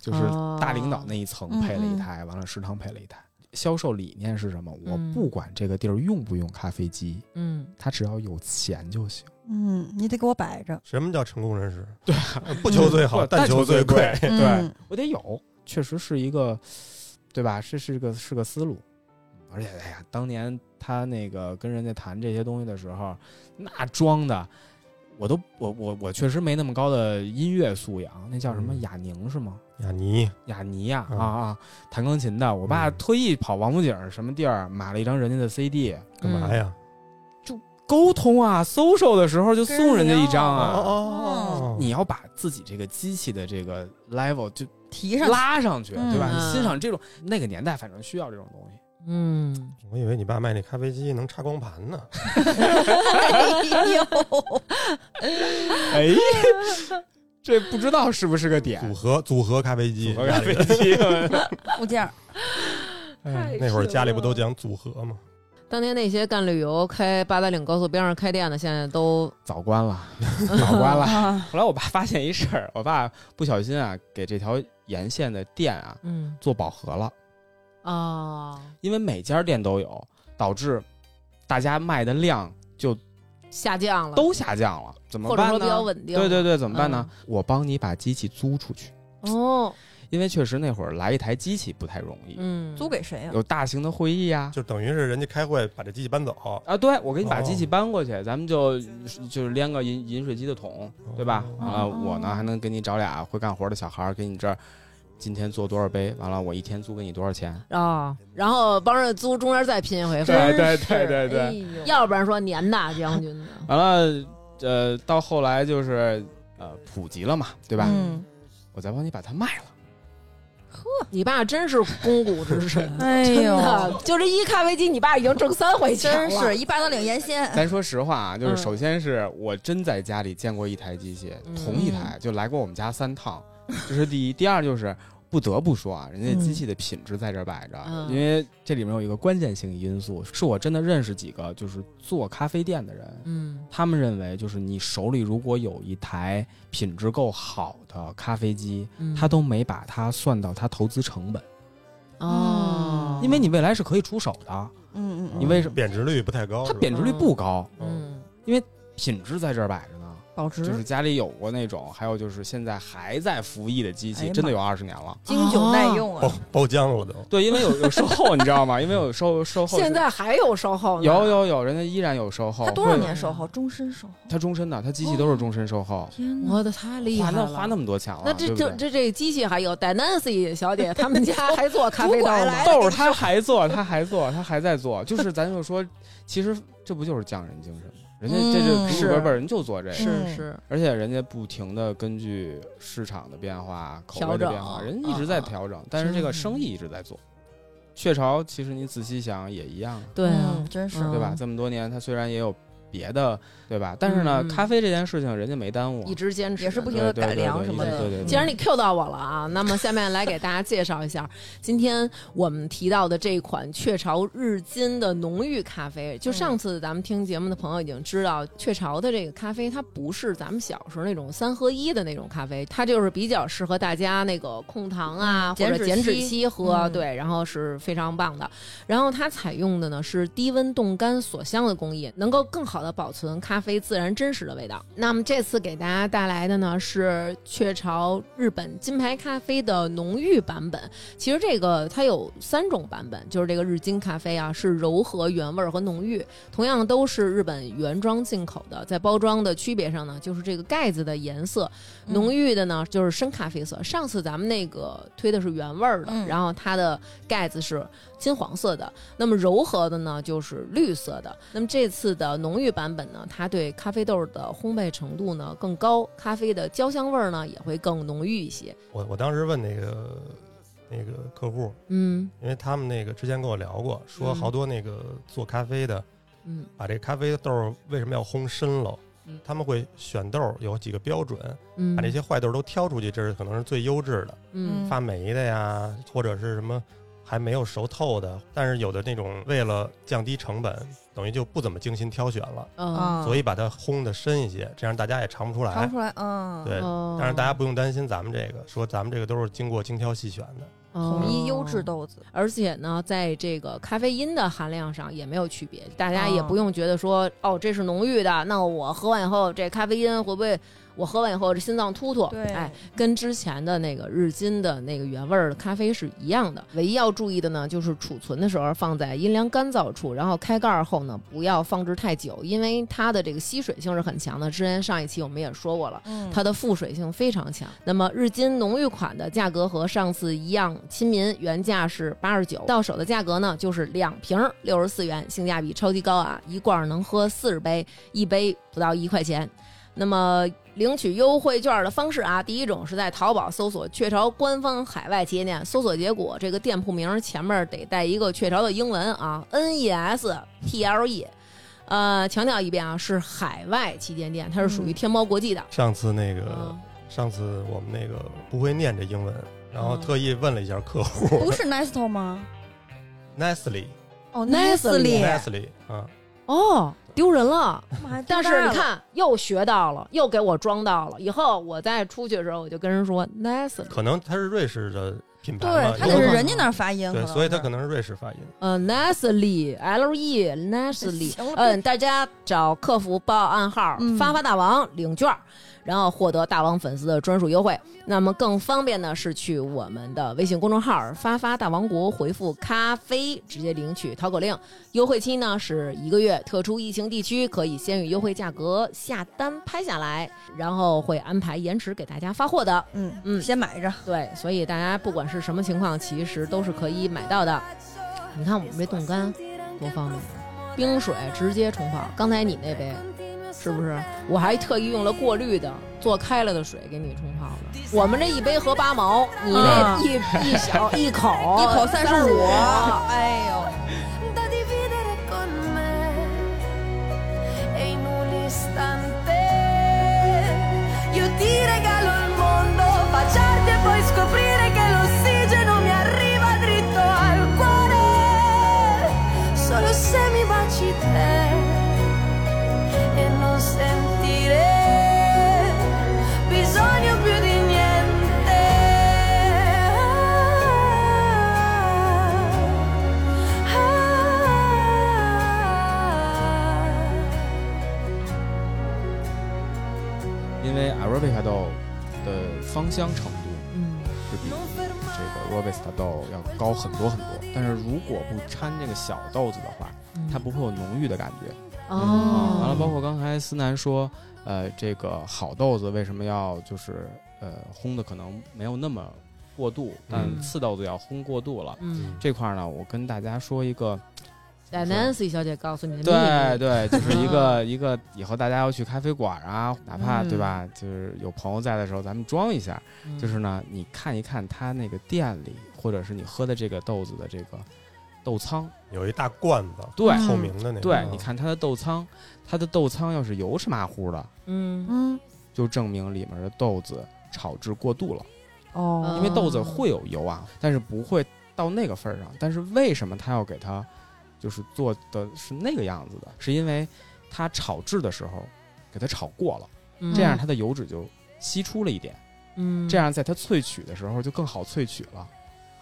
B: 就是
D: 哦
B: 大领导那一层配了一台，完了食堂配了一台。销售理念是什么？我
D: 嗯
B: 不管这个地儿用不用咖啡机，
D: 嗯，
B: 他只要有钱就行。
F: 嗯，你得给我摆 着，
C: 什么叫成功人士？对，不求最好，
B: 嗯
C: 但求最贵。
B: 对
F: 嗯
B: 我得有，确实是一个，对吧？这是个是个思路。而且，哎呀，当年他那个跟人家谈这些东西的时候，那装的，我都我我我确实没那么高的音乐素养，那叫什么
C: 嗯
B: 雅宁是吗？
C: 呀，你
B: 雅尼呀啊
C: 嗯
B: 啊，弹钢琴的。我爸
C: 嗯
B: 特意跑王府井儿什么地儿买了一张人家的 CD，
C: 干
D: 嗯
C: 嘛呀？
B: 沟通啊，social 的时候就送人家一张
C: 哦
B: 啊。
C: 哦哦，
B: 你要把自己这个机器的这个 level 就
F: 提上去
B: 拉上去，对吧？
D: 嗯
B: 你欣赏这种那个年代，反正需要这种东西。
D: 嗯，
C: 我以为你爸卖那咖啡机能插光盘呢。
F: 哎呦，
B: 哎， 这不知道是不是个点
C: 组合组合咖啡机，
B: 啊组合咖啡机，
F: 物件儿
D: 太
C: 嗯那会儿
D: 神
C: 家里不
D: 了
C: 都讲组合吗？
D: 当年那些干旅游开八达岭高速边上开店的，现在都
B: 早关了， 早关 了。
F: 啊，
B: 后来我爸发现一事儿，我爸不小心啊，给这条沿线的店啊
D: 嗯
B: 做饱和了，
D: 哦，
B: 因为每家店都有，导致大家卖的量就
D: 下降了，
B: 都下降了，怎么
D: 或者
B: 办
D: 说
B: 呢？
D: 比较稳定了。
B: 对对对，怎么办呢？我帮你把机器租出去，
D: 哦，
B: 因为确实那会儿来一台机器不太容易，
D: 嗯，
F: 租给谁呀？
B: 有大型的会议啊，
C: 就等于是人家开会把这机器搬走，
B: 啊，对，我给你把机器
C: 哦
B: 搬过去，咱们就就是连个饮饮水机的桶，对吧？
C: 哦
B: 完了，我呢还能给你找俩会干活的小孩儿，给你这儿今天做多少杯，完了我一天租给你多少钱？
D: 啊，然后帮着租，中间再拼回
B: 对对
D: 回，
F: 真
B: 对
F: 是
B: 对对
F: 哎呦
D: 要不然说年大将军 呢。
B: 完了，呃，到后来就是呃普及了嘛，对吧？
F: 嗯，
B: 我再帮你把它卖了。
D: 你爸真是肱骨之神，啊
F: 哎
D: 真
F: 呦
D: 的，，就这一咖啡机，你爸已经挣三回钱了，
F: 真是一八到岭 沿线，
B: 咱说实话啊，就是
D: 嗯
B: 首先是我真在家里见过一台机器，
D: 嗯
B: 同一台就来过我们家三 趟，这是第一。第二就是不得不说啊，人家机器的品质在这儿摆着，
D: 嗯
B: 因为这里面有一个关键性因素，是我真的认识几个就是做咖啡店的人，
D: 嗯
B: 他们认为就是你手里如果有一台品质够好的咖啡机，
D: 嗯，
B: 他都没把它算到他投资成本，
D: 哦，
B: 因为你未来是可以出手的，
F: 嗯嗯，
B: 你为什
D: 哦
B: 么
C: 贬值率不太高，
B: 它
C: 是吧
B: 贬值率不高，
D: 嗯
B: 品质在这儿摆着呢。
F: 保值
B: 就是家里有过那种，还有就是现在还在服役的机
F: 哎
B: 器，
F: 呀
B: 真的有二十年了。
F: 经久耐用
C: 包
F: 啊，
C: 包浆了都。
B: 对，因为有有售后，你知道吗？因为有售售后，
D: 现在还有售后呢，
B: 有有有，人家依然有售后。
F: 他多少
B: 会
F: 年售后，终身售后，嗯
B: 他终身的，他机器都是终身售后，
F: 天哪，
D: 我的太哦厉
B: 花
D: 害
B: 那
D: 了，
B: 花那么多钱了，
D: 那这
B: 对
D: 这
B: 不对
D: 这这机器还有 Dancy 小姐他们家还做咖 啡豆
F: 主管
D: 吗
F: 来？
B: 豆儿他还做，他还做，他还在做。就是咱就说，其实这不就是匠人精神吗？人家这
F: 嗯
B: 这
D: 是
B: 本本人就做这个，
D: 是
F: 嗯
D: 是，
B: 而且人家不停的根据市场的变化、口味
D: 调整
B: 的
D: 啊嗯
B: 变化，人家一直在调整，但是这个生意一直在做。雀巢其实你仔细想也一样，
D: 对啊
F: 嗯，，真是
D: 嗯
B: 对吧？这么多年，它虽然也有别的，对吧？但是呢，
D: 嗯嗯
B: 咖啡这件事情人家没耽误
D: 一，直坚持
F: 也是不
B: 对
F: 停的
B: 啊对
F: 改
B: 对
F: 良
B: 对
F: 什
B: 一
F: 么
B: 直对
F: 的。
B: 对
D: 既然你 Q 到我了啊，那么下面来给大家介绍一下， 今天我们提到的这款雀巢日金的浓郁咖啡。就上次咱们听节目的朋友已经知道，雀巢的这个咖啡它不是咱们小时候那种三合一的那种咖啡，它就是比较适合大家那个控糖啊、
F: 嗯
D: 或者
F: 减
D: 减
F: 脂
D: 脂
F: 期
D: 期喝，
F: 嗯
D: 对，然后是非常棒的。然后它采用的呢是低温冻干锁香的工艺，能够更好的保存咖啡自然真实的味道。那么这次给大家带来的呢是雀巢日本金牌咖啡的浓郁版本。其实这个它有三种版本，就是这个日金咖啡啊是柔和原味儿和浓郁，同样都是日本原装进口的，在包装的区别上呢，就是这个盖子的颜色
F: 嗯
D: 浓郁的呢就是深咖啡色。上次咱们那个推的是原味儿的，
F: 嗯
D: 然后它的盖子是金黄色的，那么柔和的呢就是绿色的。那么这次的浓郁版本呢，它对咖啡豆的烘焙程度呢更高，咖啡的焦香味儿呢也会更浓郁一些。
C: 我我当时问那个那个客户，
D: 嗯
C: 因为他们那个之前跟我聊过，说
D: 嗯
C: 好多那个做咖啡的，
D: 嗯
C: 把这咖啡豆儿为什么要烘深了
D: 嗯？
C: 他们会选豆儿有几个标准，
D: 嗯，
C: 把那些坏豆儿都挑出去，这是可能是最优质的，
D: 嗯
C: 发霉的呀，或者是什么还没有熟透的。但是有的那种为了降低成本，等于就不怎么精心挑选了，
D: 啊，
F: 啊，
C: 所
F: 以
C: 以把它烘的深一些，这样大家也尝不出
F: 尝
C: 来
F: 不。出来，嗯，
C: 对，
D: 哦
C: 但是大家不用担心咱们这个，说咱们这个都是经过精挑细选的。
D: 哦
F: 统一优质
D: 的。
F: 豆子，
D: 而且呢，在这个咖啡因的含量上也没有区别，大家也
F: 哦
D: 不用觉得说哦这是浓郁的，那我喝完以后这咖啡因会不会我喝完以后这心脏突突？
F: 对，
D: 哎，跟之前的那个日金的那个原味儿的咖啡是一样的。唯一要注意的呢，就是储存的时候放在阴凉干燥处，然后开盖儿后呢，不要放置太久，因为它的这个吸水性是很强的。之前上一期我们也说过了。
F: 嗯，
D: 它的附水性非常强。那么日金浓郁款的价格和上次一样，亲民原价是八十九，到手的价格呢就是两瓶六十四元，性价比超级高啊！一罐儿能喝四十杯，一杯不到一块钱。那么领取优惠券的方式啊，第一种是在淘宝搜索雀巢官方海外旗舰店，搜索结果这个店铺名前面得带一个雀巢的英文啊，N E S T L E。呃，强调一遍啊，是海外旗舰店，它是属于
F: 嗯
D: 天猫国际的。
C: 上次那个，
D: 嗯
C: 上次我们那个不会念这英文，然后
D: 嗯
C: 特意问了一下客户
F: 不是 Nestle 吗？
C: ，Nestle，Nestle
F: 哦
D: Nestle
C: 啊，
D: 哦，丢人了。
F: 妈呀
D: 但
F: 知道
D: 是你
F: 了
D: 看，又学到了，又给我装到了。以后我再出去的时候，我就跟人说 Nestle，
C: 可能它是瑞士的品牌嘛，
F: 对，他
C: 有
F: 得
D: 可
F: 是
D: 能
F: 人家那儿发音，
C: 对，所以它可
F: 能
C: 能是瑞士发音。
D: 呃，Nestle L E Nestle，
F: 行了
D: 嗯，大家找客服报暗号“
F: 嗯
D: 发发大王”领券儿，然后获得大王粉丝的专属优惠。那么更方便呢是去我们的微信公众号“发发大王国”回复“咖啡”直接领取淘口令。优惠期呢是一个月，特殊疫情地区可以先与优惠价格下单拍下来，然后会安排延迟给大家发货的。
F: 嗯
D: 嗯
F: 嗯，先买着，
D: 对，所以大家不管是什么情况，其实都是可以买到的。你看我们这冻干多方便，冰水直接冲泡。刚才你那杯是不是？我还特意用了过滤的，做开了的水给你冲泡的。我们这一杯合八毛，你那一、一 小一口
F: 啊一口三十五，
D: 35
F: 哎呦，
E: da dividere con me e in un istante io ti regalo il mondo baciarti e poi scoprire che l'ossigeno mi arriva dritto al cuore solo se mi baci te e non sentire bisogno più di niente Ah,
B: 因为 Arabica 豆的芳香程度
D: 嗯
B: 是比这个 Robusta 豆要高很多很多，但是如果不掺这个小豆子的话，它不会有浓郁的感觉。
F: 嗯
B: 啊，完了，包
D: 哦，
B: 括刚才思南说，呃，这个好豆子为什么要就是呃烘的可能没有那么过度，但
D: 嗯
B: 次豆子要烘过度了。
D: 嗯
B: 这块儿呢，我跟大家说一个，
D: 在 Nancy 小姐告诉你的秘
B: 对
D: 密，
B: 对，就是一个一个以后大家要去咖啡馆啊，哪怕
D: 嗯
B: 对吧，就是有朋友在的时候，咱们装一下，
D: 嗯
B: 就是呢，你看一看他那个店里，或者是你喝的这个豆子的这个豆仓。
C: 有一大罐子，
B: 对
C: 透明的那种。
B: 对，你看它的豆仓，它的豆仓要是油是麻乎的，
D: 嗯，
F: 嗯，
B: 就证明里面的豆子炒制过度了。
F: 哦，
B: 因为豆子会有油啊，但是不会到那个份儿上。但是为什么他要给它就是做的是那个样子的？是因为它炒制的时候给它炒过了，
D: 嗯
B: 这样它的油脂就析出了一点，
D: 嗯
B: 这样在它萃取的时候就更好萃取了。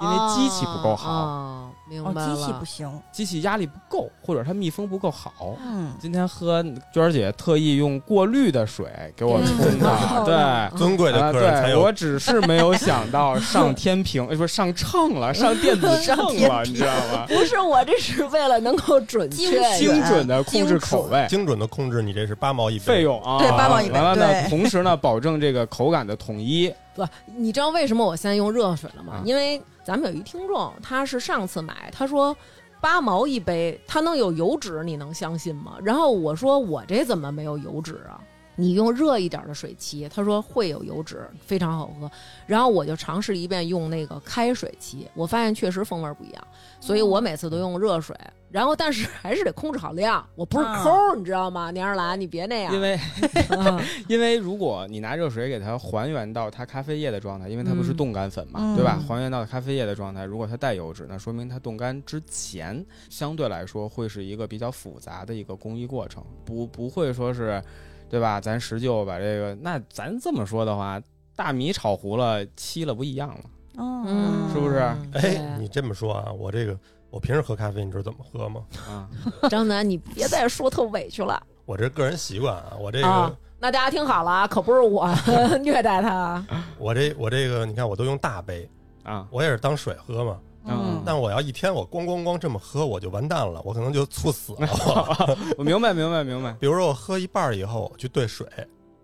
B: 因为机器不够好，
D: 哦，明白
F: 哦，
D: 了。
F: 机器不行，
B: 机器压力不够，或者它密封不够好。
F: 嗯，
B: 今天喝娟儿姐特意用过滤的水给我冲
F: 嗯
B: 的，
C: 尊贵
B: 对，
C: 的
B: 啊，
C: 客人才
B: 对，我
C: 有
B: 只是没有想到 上天平，哎，不是上秤了，上电子秤了，你知道吗？
D: 不是我，这是为了能够准
F: 精
D: 确
F: 细
B: 精准的控制口味。
C: 精准的控制，你这是八毛一杯
B: 费。用啊，
F: 对八毛一杯
B: 完了呢，
F: 对
B: 同时呢，保证这个口感的统一。
D: 不，你知道为什么我现在用热水了吗？
B: 啊
D: 因为咱们有一听众，他是上次买，他说八毛一杯，他能有油脂，你能相信吗？然后我说我这怎么没有油脂啊？你用热一点的水沏，他说会有油脂，非常好喝。然后我就尝试一遍用那个开水沏，我发现确实风味不一样，所以我每次都用热水。然后但是还是得控制好量，我不是抠儿，你知道吗？年二兰，你别那样。
B: 啊因为，
D: 啊
B: 因为如果你拿热水给它还原到它咖啡液的状态，因为它不是
D: 嗯
B: 冻干粉嘛，
F: 嗯
B: 对吧？还原到咖啡液的状态，如果它带油脂，那说明它冻干之前相对来说会是一个比较复杂的一个工艺过程，不不会说是，对吧？咱十就把这个，那咱这么说的话，大米炒糊了，沏了不一样了。
F: 嗯
D: 嗯，
B: 是不是
D: 对
C: 哎，你这么说啊，我这个我平时喝咖啡，你知道怎么喝吗？
B: 啊，
D: 张楠，你别再说特委 屈了
C: 我这个人习惯啊，我这
D: 啊
C: 个！
D: 那大家听好了啊，可不是我 虐待他啊，
C: 我这我这个，你看我都用大杯，
B: 啊，
C: 我也是当水喝嘛。
B: 嗯
C: 但我要一天我咣咣咣这么喝，我就完蛋了，我可能就猝死了。
B: 我哦明白，明白，明白。
C: 比如说我喝一半儿以后，我去兑水，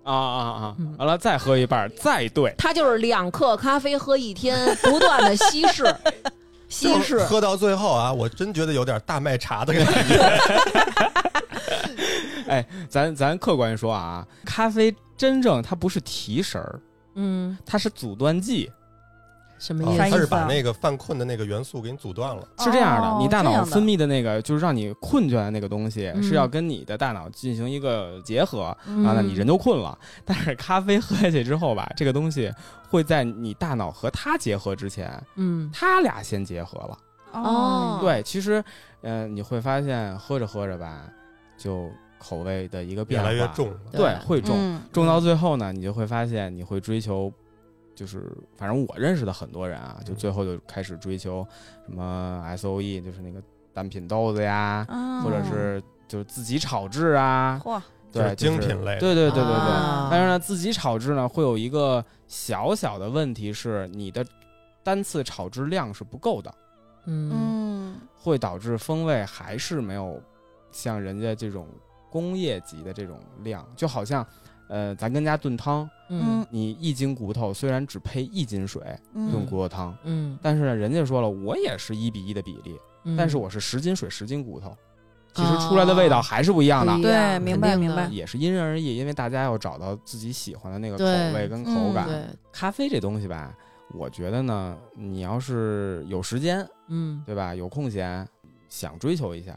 B: 啊啊啊！
D: 嗯
B: 完了再喝一半儿，再兑。
D: 他就是两克咖啡喝一天，不断的稀 释，稀释。
C: 喝到最后啊，我真觉得有点大麦茶的 感觉。
B: 咱咱客观说啊，咖啡真正它不是提神儿，
D: 嗯，
B: 它是阻断剂，
D: 什么
C: 哦
D: 意
F: 啥
D: 思？
C: 它
F: 意
C: 是
F: 思啊
C: 把那个犯困的那个元素给你阻断了。
B: 是这样的。
F: 哦
B: 你大
F: 这
B: 脑
F: 样的
B: 分泌的那个就是让你困倦的那个东西，
D: 嗯
B: 是要跟你的大脑进行一个结合。
D: 嗯
B: 啊，那你人就困了。 但是咖啡喝下去之后吧， 这个东西会在你大脑和它结合之前，
D: 嗯，
B: 它俩先结合了。
D: 哦
B: 对，其实，呃，你会发现喝着喝着吧，就口味的一个
C: 越
B: 变化
C: 来越重了。
B: 对，会重。
F: 嗯
B: 种到最后呢，你就会发现你会追求，就是反正我认识的很多人啊，就
C: 嗯
B: 最后就开始追求什么 S O E，就是那个单品豆子呀，
F: 嗯
B: 或者
C: 哦
B: 是就是自己炒制啊，
F: 嚯，
C: 就是
B: 对，就是
C: 精品类的哦
B: 对对对对对。
D: 啊
B: 但是呢，自己炒制呢，会有一个小小的问题是，你的单次炒制量是不够的，
D: 嗯
F: 嗯
B: 会导致风味还是没有像人家这种工业级的这种量，就好像。呃，咱跟家炖汤，
D: 嗯
B: 你一斤骨头虽然只配一斤水炖
F: 嗯
B: 骨头汤，
D: 嗯，
B: 但是呢，人家说了，我也是一比一的比例，
D: 嗯哦
B: 但是我是十斤水十斤骨头，其实出来的味道还是不一样的，
D: 嗯
B: 呃
D: 不一
F: 对
D: 样
F: 明白
D: 肯定
F: 明
D: 的
F: 白
B: 也是因人而异，因为大家要找到自己喜欢的那个口
D: 对嗯
B: 味跟口感。
D: 对，
B: 咖啡这东西吧，我觉得呢，你要是有时间，
D: 嗯
B: 对吧？有空闲，想追求一下，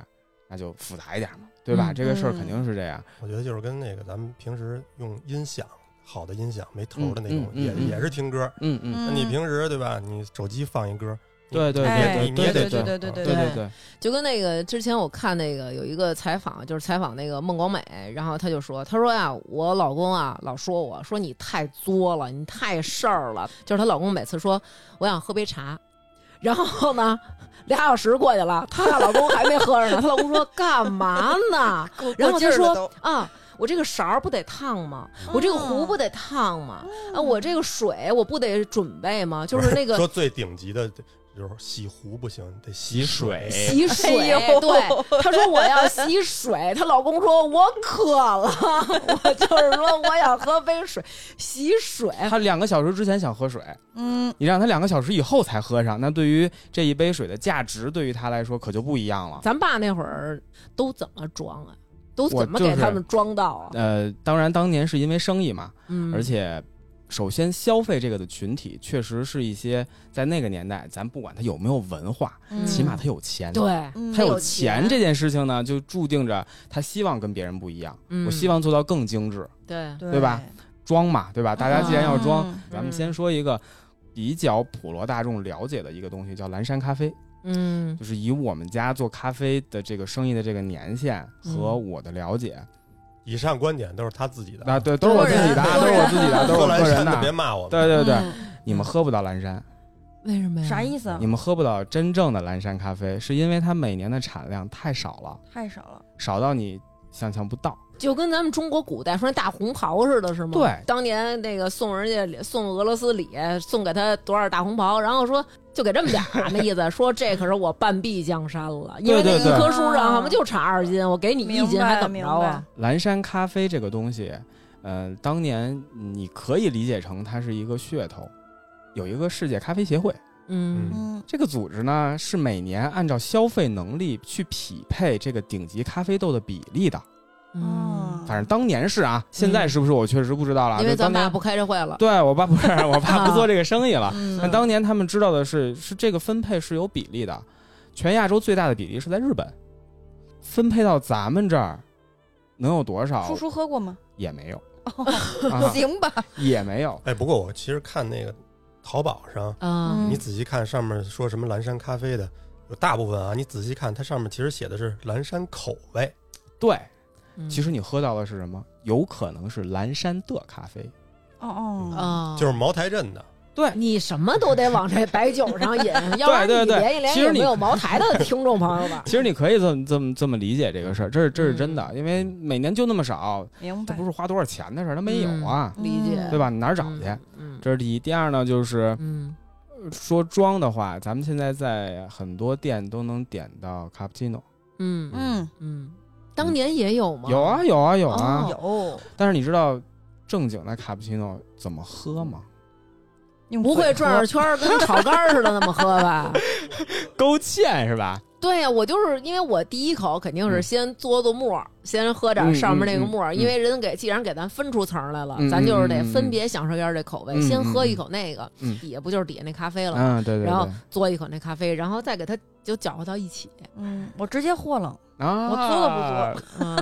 B: 那就复杂一点嘛，对吧？
D: 嗯
B: 这个事儿肯定是这样。
C: 我觉得就是跟那个咱们平时用音响，好的音响没头的那种
B: 嗯，嗯
C: 也
B: 嗯
C: 也是听歌。
B: 嗯嗯，
C: 那你平时对吧？你手机放一歌，你
B: 对对
C: 你也
F: 哎
C: 你你也
B: 对
F: 对
C: 得
F: 对
C: 啊
F: 对
B: 对对对，
D: 就跟那个之前我看那个有一个采访，就是采访那个孟广美，然后她就说，她说呀，我老公啊老说我说你太作了，你太事儿了，就是她老公每次说我想喝杯茶，然后呢俩小时过去了，她老公还没喝着呢，她老公说干嘛呢？
F: 够
D: 然
F: 够
D: 后
F: 劲
D: 她
F: 儿了
D: 说
F: 都哦
D: 啊。我这个勺儿不得烫吗？我这个壶不得烫吗？啊，我这个水我不得准备吗？就是那个
C: 说最顶级的就是洗壶不行，得洗水。
D: 洗水。
F: 哎呦
D: 对，她说我要洗水，她老公说我渴了，我就是说我想喝杯水，洗水。
B: 他两个小时之前想喝水，
F: 嗯
B: 你让他两个小时以后才喝上，那对于这一杯水的价值，对于他来说可就不一样了。
D: 咱爸那会儿都怎么装啊？都怎么
B: 我就
D: 给
B: 是
D: 他们装到啊？
B: 呃，当然，当年是因为生意嘛，
D: 嗯，
B: 而且首先消费这个的群体确实是一些在那个年代，咱不管他有没有文化，
F: 嗯
B: 起码他有钱。
D: 对，
F: 嗯
B: 他有
F: 钱
B: 钱这件事情呢，就注定着他希望跟别人不一样。
D: 嗯
B: 我希望做到更精致，
D: 对，
B: 对吧？装嘛，对吧？大家既然要装，
F: 嗯
B: 咱们先说一个比较普罗大众了解的一个东西，叫蓝山咖啡。
D: 嗯
B: 就是以我们家做咖啡的这个生意的这个年限和我的了解，
C: 以上观点都是他自己的。
B: 啊，对，都是我自 己的啊，都
F: 多
B: 是
F: 人
B: 我自己的啊，都是
C: 说
B: 我
C: 嗯蓝
B: 个人
C: 山
B: 的
C: 的
B: 啊。
C: 别骂我们。
B: 对对对，
F: 嗯
B: 你们喝不到蓝山，
D: 为什么呀？
F: 啥意思啊
B: 你？们喝不到真正的蓝山咖啡，是因为它每年的产量太少了，
F: 太少了，
B: 少到你想象不到。
D: 就跟咱们中国古代说那大红袍似的，是吗？
B: 对
D: 当年那个送人家送俄罗斯礼，送给他多少大红袍，然后说就给这么点儿，啊那 意思说这可是我半壁江山了，因为那
B: 对对对
D: 一棵树上好像就产二斤，我给你一
F: 哦明
D: 斤
F: 白
D: 还怎么着啊？
B: 蓝山咖啡这个东西，呃，当年你可以理解成它是一个噱头。有一个世界咖啡协会，
D: 嗯
C: 嗯
F: 嗯，
B: 这个组织呢是每年按照消费能力去匹配这个顶级咖啡豆的比例的。
F: 哦，
B: 反正当年是啊，现在是不是我确实不知道了啊。
D: 嗯因为
B: 就当
D: 咱
B: 年
D: 爸不开啊这会了，
B: 对我爸不是，我爸不做这个生意了。
F: 嗯
B: 但当年他们知道的是，是这个分配是有比例的，全亚洲最大的比例是在日本，分配到咱们这儿能有多少
F: 叔？叔喝过吗？
B: 也没有，
D: 哦
F: 不
B: 啊、
F: 行吧，
B: 也没有。
C: 哎，不过我其实看那个淘宝上，
D: 嗯
F: 嗯
C: 你仔细看上面说什么蓝山咖啡的，有大部分啊，你仔细看它上面其实写的是蓝山口味，
B: 对，
D: 嗯
B: 其实你喝到的是什么？有可能是蓝山的咖啡。
F: 哦哦，
D: 啊，
C: 就是茅台镇的。
B: 对，
D: 你什么都得往这白酒上 引，要不然
B: 对
D: 你
B: 对
D: 联系联
B: 其实
D: 系有
B: 你。
D: 没有茅台的听众朋友吧
B: 其实你可以这么这么这么理解这个事儿，这是这是真
D: 嗯
B: 的，因为每年就那么少，
F: 明
B: 它
F: 白
B: 不，是花多少钱的事儿，它没有啊，
D: 理解
B: 对吧？你哪儿找去？
D: 嗯
B: 这是第一。第二呢，就是
D: 嗯
B: 说装的话，咱们现在在很多店都能点到卡布奇诺，
D: 嗯嗯
F: 嗯，
D: 嗯，当年也有吗？
B: 有啊，有啊有啊。
D: 哦
F: 有
B: 但是你知道正经的卡布奇诺怎么喝吗？
F: 用
D: 不会
F: 嘴
D: 转着圈儿跟炒肝儿似的那么喝吧？
B: 勾芡是吧？
D: 对呀、我就是因为我第一口肯定是先嘬嘬沫儿，先喝点儿上面那个沫
B: 嗯
D: 儿，
B: 嗯嗯
D: 因为人给既然给咱分出层儿来了，
B: 嗯
D: 咱就是得
B: 嗯嗯
D: 分别享受一下这口味，
B: 嗯
D: 先喝一口那个，
B: 嗯
D: 底下不就是底下那咖啡了吗，
B: 嗯，对对对。
D: 然后嘬一口那咖啡，然后再给它就搅和到一起。
F: 嗯，我直接和了，
B: 啊，
F: 我做了
B: 不做？
D: 嗯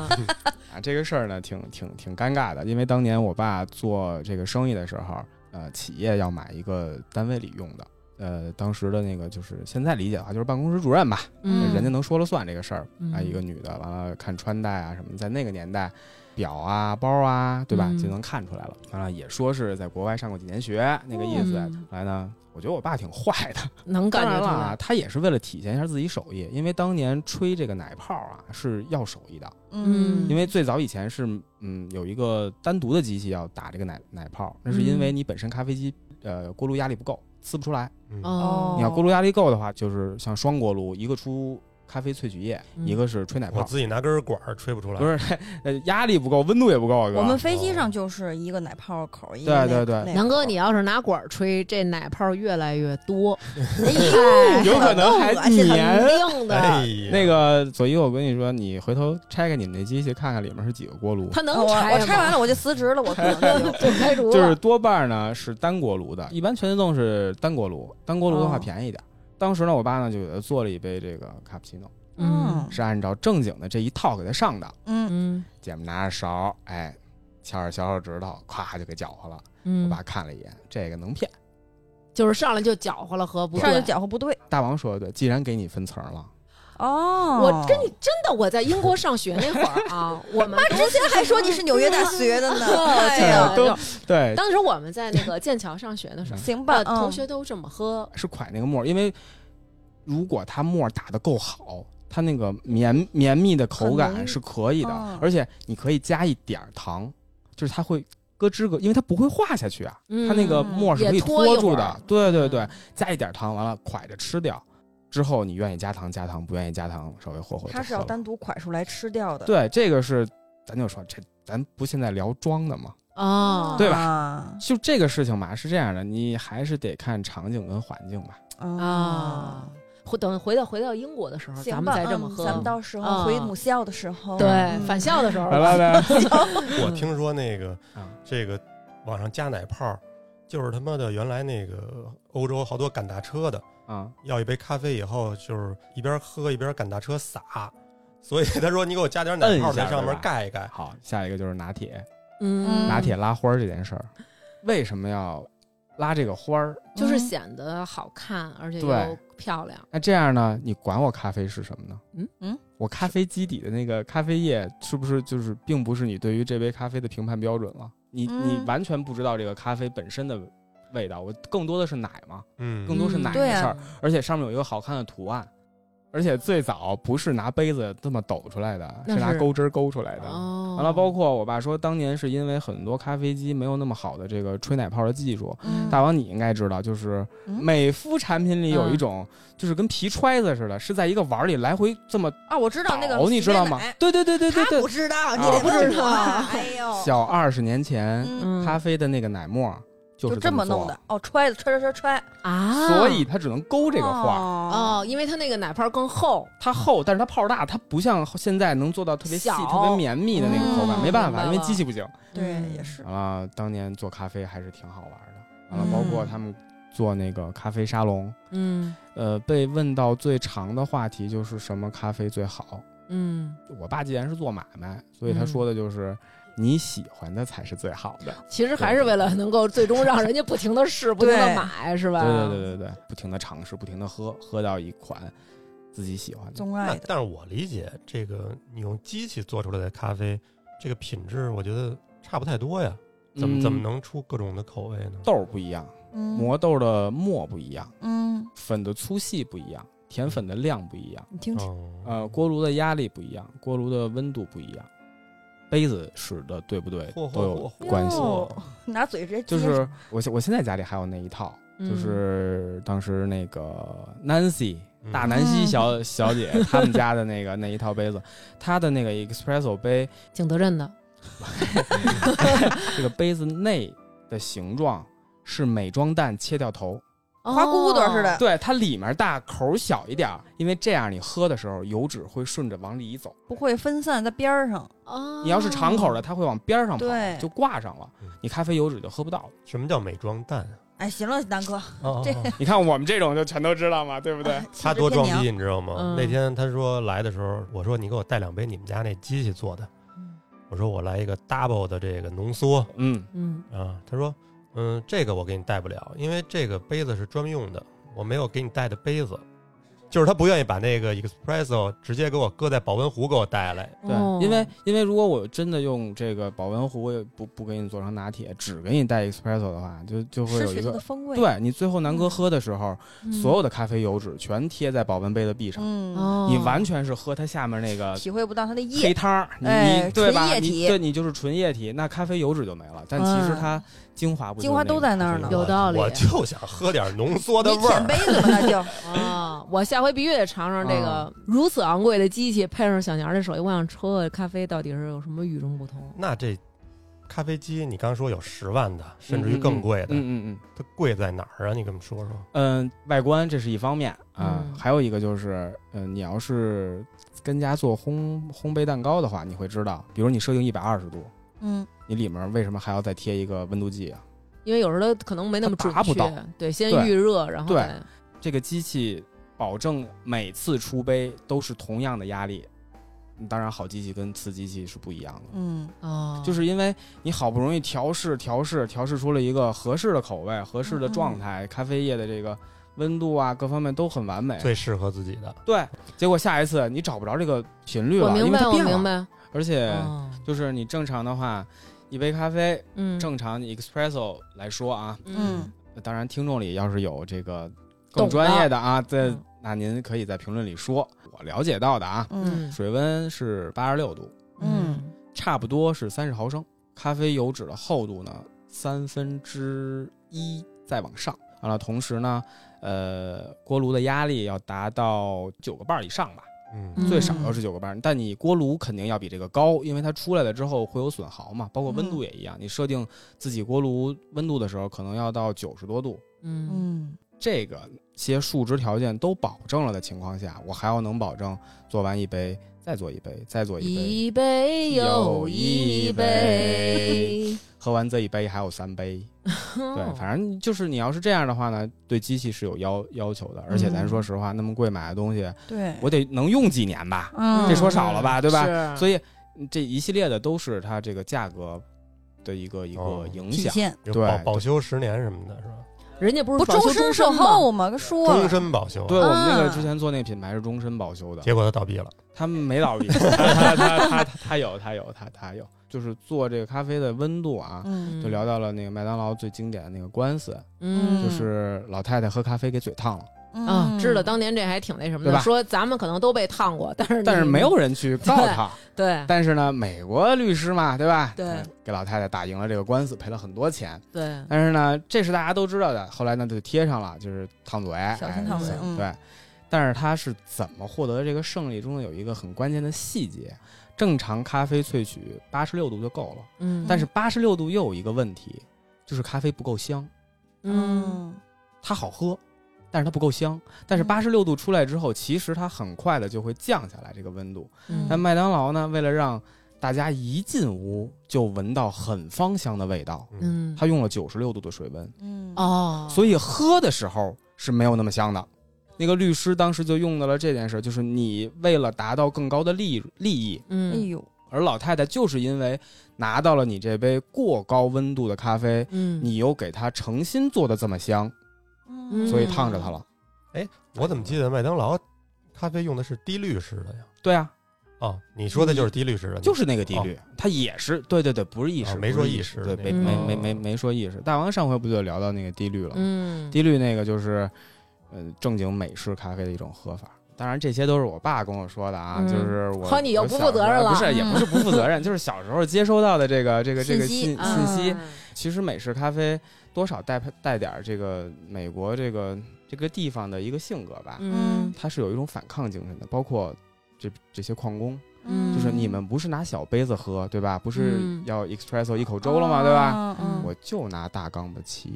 B: 啊，这个事儿呢，挺挺挺尴尬的，因为当年我爸做这个生意的时候，呃，企业要买一个单位里用的，呃，当时的那个就是现在理解的话，就是办公室主任吧，
D: 嗯，
B: 人家能说了算这个事儿
D: 嗯
B: 啊，一个女的，完了看穿戴啊什么，在那个年代，表啊、包啊，对吧，
D: 嗯
B: 就能看出来了。完了也说是在国外上过几年学那个意思。
D: 嗯
B: 后来呢，我觉得我爸挺坏的，
D: 能
B: 当
D: 感
B: 然
D: 觉出
B: 了
D: 来
B: 啊，。他也是为了体现一下自己手艺，因为当年吹这个奶泡啊是要手艺的，
D: 嗯
B: 因为最早以前是嗯有一个单独的机器要打这个奶奶泡，那是
D: 嗯
B: 因为你本身咖啡机呃锅炉压力不够，呲不出来。
C: 嗯，
D: 哦，
B: 你要锅炉压力够的话，就是像双锅炉，一个出咖啡萃取液，
D: 嗯
B: 一个是吹奶
C: 我
B: 泡。
C: 自己拿根管儿吹不出来
B: 不。是，呃，压力不够，温度也不够，啊哥。
F: 我们飞机上就是一个奶泡口儿，一
B: 对
F: 个
B: 哦对
F: 那
B: 对
F: 那
D: 南
F: 口
D: 哥，
F: 儿
D: 你要是拿管儿吹，这奶泡越来越 多，哎
B: 有可能还
D: 肯
B: 粘
D: 定
C: 哎
D: 的，
C: 呀，
B: 那个左一，我跟你说，你回头拆开你们那机器看看里面是几个锅炉，
D: 他
F: 啊
D: 能
F: 我
D: 拆
F: 我拆完
D: 了
F: 了我就辞职了，我可能就
D: 就开除
B: 就是
D: 了，
B: 多半呢是单锅炉的，一般全自动是单锅炉，单锅炉的话
F: 哦
B: 便宜一点。当时呢，我爸呢就给他做了一杯这个卡布奇诺，
D: 嗯
B: 是按照正经的这一套给他上的。
F: 嗯
D: 嗯
B: 姐们拿着勺，哎，掐着小手指头，咵就给搅和了。我
D: 嗯
B: 爸，看了一眼，这个能骗。
D: 就是上来就搅和了，喝不
F: 嗯，上
D: 对
F: 就搅和不对
B: 大王说的对，既然给你分层了，
F: 哦，
D: 我跟你真的，我在英国上学那会儿 啊，我们
F: 之前还说你是纽约大学的 呢，
D: 啊对啊
F: 哎呀，
B: 都对，
D: 当时我们在那个剑桥上学的时候，
F: 行 吧，
D: 呃，
F: 嗯
D: 同学都这么喝，
B: 是蒯那个沫儿，因为如果它沫儿打得够好，它那个绵绵密的口
D: 很
B: 感
D: 浓
B: 是可以的，
F: 哦
B: 而且你可以加一点儿糖，就是它会咯吱咯，因为它不会化下去啊，
D: 嗯
B: 它那个沫儿是可以
D: 也拖一会儿
B: 托住的。对对对
D: 嗯，
B: 加一点儿糖，完了蒯着吃掉，之后你愿意加糖加糖，不愿意加糖稍微和和就
F: 他是
B: 喝
F: 要
B: 了
F: 单独蒯出来吃掉的，
B: 对这个是咱就说这咱不现在聊装的吗？
D: 哦，
B: 对吧
F: 吧？
B: 就这个事情嘛是这样的，你还是得看场景跟环境吧。
D: 啊
F: 啊，
D: 回等回到回到英国的时候，
F: 行
D: 咱们
F: 吧，
D: 再这么
F: 嗯
D: 喝，
F: 咱们到时
D: 啊
F: 候回母校的时候，
D: 对
F: 嗯
D: 返校的时候
B: 来来来，
C: 我听说那个
B: 嗯
C: 这个网上加奶泡儿就是他妈的原来那个欧洲好多赶大车的，
B: 啊，
C: 要一杯咖啡以后就是一边喝一边赶大车撒，所以他说你给我加点奶泡
B: 摁一下
C: 在上
B: 对
C: 面
B: 吧
C: 盖一盖，
B: 好，下一个就是拿铁，
D: 嗯，
B: 拿铁拉花儿这件事儿，为什么要拉这个花儿？
D: 就是
F: 嗯
D: 显得好看，而且又
B: 对
D: 漂亮。
B: 那这样呢？你管我咖啡是什么呢？
D: 嗯
F: 嗯，
B: 我咖啡基底的那个咖啡液是不是就是并不是你对于这杯咖啡的评判标准了？你、你
F: 嗯
B: 完全不知道这个咖啡本身的味道，我更多的是奶嘛，更
C: 嗯，
B: 多是
D: 嗯
B: 奶的
F: 对
B: 事儿，
F: 啊，
B: 而且上面有一个好看的图案。而且最早不是拿杯子这么抖出来的，
D: 那
B: 是拿
D: 是
B: 钩针勾出来的。
D: 哦，
B: 完了，包括我爸说，当年是因为很多咖啡机没有那么好的这个吹奶泡的技术。
F: 嗯
B: 大王，你应该知道，就是
F: 嗯
B: 美肤产品里有
D: 嗯
B: 一种，就是跟皮揣子似的，是在一个碗儿里来回这么
F: 啊，我知道那个
B: 倒，你知道
F: 洗面
B: 吗
F: 奶？
B: 对对对对对
F: 他不
B: 对。
F: 知道，你
B: 啊
F: 得
D: 不
F: 问
D: 知
F: 我
D: 道
F: 哎呦，
B: 小二十年前，
F: 嗯
D: 嗯
B: 咖啡的那个奶沫就
F: 就是这
B: 么
F: 么
B: 做
F: 弄的，。哦，揣着揣揣揣揣，
D: 啊，
B: 所以它只能勾这个画儿，
F: 哦，
D: 哦，因为它那个奶泡更厚，
B: 它厚，但是它泡大，它不像现在能做到特别细、
D: 小
B: 特别绵密的那个口感，
D: 嗯
B: 没办法，
D: 明白
B: 因为
D: 了
B: 机器不行。
F: 对，
D: 嗯
F: 也是，
B: 完了，当年做咖啡还是挺好玩的。完了，包括他们做那个咖啡沙龙，
D: 嗯
B: 呃，被问到最长的话题就是什么咖啡最好。
D: 嗯，
B: 我爸既然是做买卖，所以他
D: 嗯
B: 说的就是、你喜欢的才是最好的。
D: 其实还是为了能够最终让人家不停的试，不停的买，是吧？
B: 对对对对对，不停的尝试，不停的喝，喝到一款自己喜欢的。
F: 钟
C: 那
F: 爱的，
C: 但是我理解这个你用机器做出来的咖啡，这个品质我觉得差不太多呀，怎么怎么
B: 嗯
C: 能出各种的口味呢？
B: 豆儿不一样，
F: 嗯
B: 磨豆的沫不一样，
F: 嗯，
B: 粉的粗细不一样，甜粉的量不一样，
F: 你听听，
C: 哦
B: 呃，锅炉的压力不一样，锅炉的温度不一样，杯子使的对不对
C: 嚯嚯
B: 都有
C: 嚯嚯
B: 关系。
F: 哟拿嘴直接接
B: 就是我现我现在家里还有那一套，
D: 嗯
B: 就是当时那个 Nancy
C: 嗯
B: 大南希小小姐他们家的那个 那一套杯子，她的那个 espresso 杯，
D: 景德镇的，
B: 这个杯子内的形状是美妆蛋切掉头，
D: 哦
F: 花骨朵似的，
B: 对，它里面大口小一点儿，因为这样你喝的时候油脂会顺着往里一走，
F: 不会分散在边儿上，
D: 哦。
B: 你要是长口的，，它会往边儿上跑
F: 对，
B: 就挂上了
C: 嗯，
B: 你咖啡油脂就喝不到了。
C: 什么叫美妆蛋？
F: 哎，行了，南哥，
C: 哦
F: 这
C: 哦哦
B: 你看我们这种就全都知道嘛，对不 对？
C: 他多装
F: 气质天
C: 逼，你知道吗？
D: 嗯
C: 那天他说来的时候，我说你给我带两杯你们家那机器做的，
F: 嗯
C: 我说我来一个 double 的这个浓缩
B: 嗯，
D: 嗯
C: 啊。他说，嗯，这个我给你带不了，因为这个杯子是专用的，我没有给你带的杯子。就是他不愿意把那个 espresso 直接给我搁在保温壶给我带来，
B: 对
D: 哦，
B: 因为因为如果我真的用这个保温壶，我也不不给你做成拿铁，只给你带 espresso 的话，就就会
F: 失
B: 有一
F: 去它的
B: 个，
F: 风味，，
B: 对你最后南哥喝的时候，
D: 嗯
B: 所有的咖啡油脂全贴在保温杯的壁上，
F: 嗯，
D: 哦
B: 你完全是喝它下面那个
F: 体会不到它的
B: 黑
F: 液，
B: 汤儿，你
F: 哎
B: 你对吧？
F: 纯液体嗯
B: 你对你就是纯液体，那咖啡油脂就没了，但其实它精华不
F: 精华都在那儿呢
D: 有道理
C: 啊我就想喝点浓缩的
F: 你
C: 味
F: 舔
C: 儿。
F: 杯子吧，那就，
D: 啊，我下回必须得尝尝这个
B: 嗯
D: 如此昂贵的机器，配上小年儿的手艺，我想抽的咖啡到底是有什么与众不同？
C: 那这咖啡机，你刚说有十万的，甚至于更贵
B: 嗯
C: 的，
B: 嗯嗯
C: 它贵在哪儿啊？你跟我们说说。
B: 嗯，外观这是一方面啊，
D: 嗯
B: 还有一个就是，嗯、你要是跟家做烘烘焙蛋糕的话，你会知道，比如你设定一百二十度，
F: 嗯，
B: 你里面为什么还要再贴一个温度计啊？
D: 因为有时候它可能没那么准
B: 它达不到
D: 确，对，先
B: 对
D: 预热，然后
B: 对
D: 再
B: 这个机器保证每次出杯都是同样的压力。当然，好机器跟次机器是不一样的，
F: 嗯，
D: 哦，
B: 就是因为你好不容易调试、调试、调试出了一个合适的口味、合适的状态，咖啡液的这个温度啊，各方面都很完美。
C: 最适合自己的，
B: 对，结果下一次你找不着这个频率
D: 我
B: 了，
D: 明
B: 因为
D: 白，
B: 它
D: 我
B: 变
D: 明
B: 了。
D: 白，
B: 而且
D: 哦
B: 就是你正常的话，一杯咖啡，
D: 嗯，
B: 正常你 espresso 来说啊，
F: 嗯，
B: 当然听众里要是有这个更
D: 懂的
B: 专业的啊，在
D: 嗯
B: 那您可以在评论里说。我了解到的啊，
F: 嗯，
B: 水温是八十六度，
F: 嗯
B: 差不多是三十毫升。咖啡油脂的厚度呢，三分之一再往上。完了，同时呢，呃，锅炉的压力要达到九个半儿以上吧，
C: 嗯，
B: 最少要是九个半儿。但你锅炉肯定要比这个高，因为它出来了之后会有损耗嘛，包括温度也一样。你设定自己锅炉温度的时候，可能要到九十多度，
D: 嗯
F: 嗯，
B: 这个些数值条件都保证了的情况下，我还要能保证做完一杯再做一杯，再做一杯，
D: 一杯又一 杯，
B: 喝完这一杯还有三杯。对，
D: 对
B: 反正就是你要是这样的话呢，对机器是有要要求的，而且咱说实话，那么贵买的东西，
F: 对，
B: 我得能用几年吧，
F: 嗯，
B: 这说少了吧，对吧？
D: 吧
B: 所
D: 以
B: 以嗯这一系列的都是它这个价格的一个一个
C: 哦
B: 影
F: 体
B: 响。
F: 现
C: 就
B: 对
C: 保保修十年什么的，是吧？
D: 人家不是
F: 不
D: 保修
F: 终身售
D: 身吗
F: 后吗？跟说
C: 终
F: 了，
C: 身保修啊，
B: 对我们那个
F: 啊
B: 之前做那品牌是终身保修的，
C: 结果他倒闭了。
B: 他们没 倒闭，他他他他他有他有他他有，就是做这个咖啡的温度啊，
F: 嗯，
B: 就聊到了那个麦当劳最经典的那个官司，
D: 嗯，
B: 就是老太太喝咖啡给嘴烫
F: 嗯
B: 了，
D: 啊，知道
F: 当
D: 当年这还挺那什
B: 嗯
D: 么
B: 对
D: 的，
B: 吧
D: 说咱们可能都被烫过，但是
B: 但是
D: 你
B: 没有人去告他。
D: 对
B: 但是呢，美国律师嘛，对吧？
D: 对
B: 嗯，给老太太打赢了这个官司，赔了很多钱。
D: 对，
B: 但是呢，这是大家都知道的。后来呢，就贴上了，就是烫嘴，
F: 小
B: 哎
F: 心烫嘴
B: 对
F: 嗯
B: 对，但是他是怎么获得这个胜利中呢？有一个很关键的细节。正常咖啡萃取八十六度就够了，
D: 嗯，
B: 但是八十六度又有一个问题，就是咖啡不够香。
D: 嗯，
B: 它好喝，但是它不够香。但是八十六度出来之后，其实它很快的就会降下来这个温度。
D: 嗯
B: 但麦当劳呢，为了让大家一进屋就闻到很芳香的味道，
C: 嗯，
D: 嗯
B: 它用了九十六度的水温，
F: 嗯
D: 哦，
B: 所以喝的时候是没有那么香的。那个律师当时就用到了这件事，就是你为了达到更高的利利益，
F: 哎
D: 嗯
F: 呦，
B: 而老太太就是因为拿到了你这杯过高温度的咖啡，
D: 嗯
B: 你又给她诚心做的这么香，
F: 嗯
B: 所以烫着她了。
C: 我怎么记得麦当劳咖啡用的是低滤式的呀？
B: 对啊，
C: 哦，你说的就是低滤式
F: 嗯
C: 的，
B: 嗯就是那个地
F: 哦
B: 律，它也是对对对，不是意识，
C: 哦没说
B: 不是
C: 意
B: 意
C: 识
B: 对，
C: 那
B: 没
D: 个
B: 没
D: 哦
B: 没没
F: 嗯
B: 没说意识。大王上回不就聊到那个地律了？
D: 嗯
B: 地律那个就是，呃，正经美式咖啡的一种喝法。当然，这些都是我爸跟我说的啊，
D: 嗯
B: 就是我
D: 喝你又
B: 我
D: 不
B: 小时候
D: 负责任了
B: 不是也不是不负责 任，就是小时候接收到的这个这个这个
F: 信息
B: 信
F: 嗯
B: 信息。其实美式咖啡多少带带点儿这个美国这个这个地方的一个性格吧，
D: 嗯
B: 它是有一种反抗精神的，包括这这些矿工。
D: 嗯
B: 就是你们不是拿小杯子喝，对吧？不是
D: 嗯
B: 要 espresso 一口粥了吗？对吧？
F: 吧
D: 嗯
B: 我就拿大缸的沏。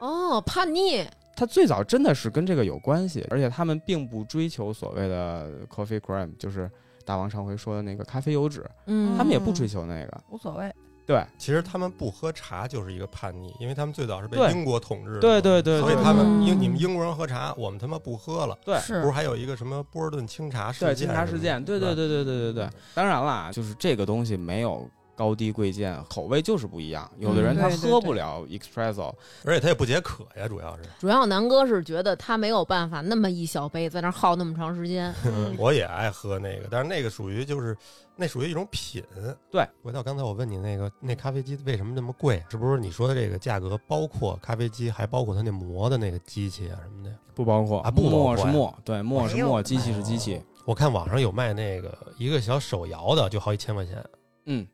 D: 哦叛逆
B: 它最早真的是跟这个有关系，而且他们并不追求所谓的 coffee cream，就是大王上回说的那个咖啡油脂，
D: 嗯
B: 他们也不追求那个。
F: 无所谓，
B: 对
C: 其实他们不喝茶就是一个叛逆，因为他们最早是被
B: 对
C: 英国统治的，
B: 对对对
C: 所以
B: 对
C: 他们
D: 嗯
C: 英你们英国人喝茶，我们他妈不喝了。
B: 对
C: 不
F: 是
C: 是还有一个什么波尔顿清茶事
B: 对，
C: 件？
B: 清茶事件，对对对对对对对。当然啦，就是这个东西没有。高低贵贱，口味就是不一样。有的人
F: 嗯
B: 他
F: 对对
B: 喝
F: 对
B: 不了 espresso，
C: 而且他也不解渴呀，主要是。
D: 主要南哥是觉得他没有办法那么一小杯在那儿耗那么长 时间，
C: 我也爱喝那个，但是那个属于就是那属于一种品。
B: 对，
C: 回到刚才我问你那个那咖啡机为什么那么贵？啊是不是你说的这个价格包括咖啡机，还包括它那磨的那个机器啊什么的呀？
B: 不包括
C: 啊不包括
B: 沫是
C: 呀
B: 沫，对，沫是
F: 哎呦
B: 沫，机器是机器。
C: 我看网上有卖那个一个小手摇的，就好几千块钱。
B: 嗯，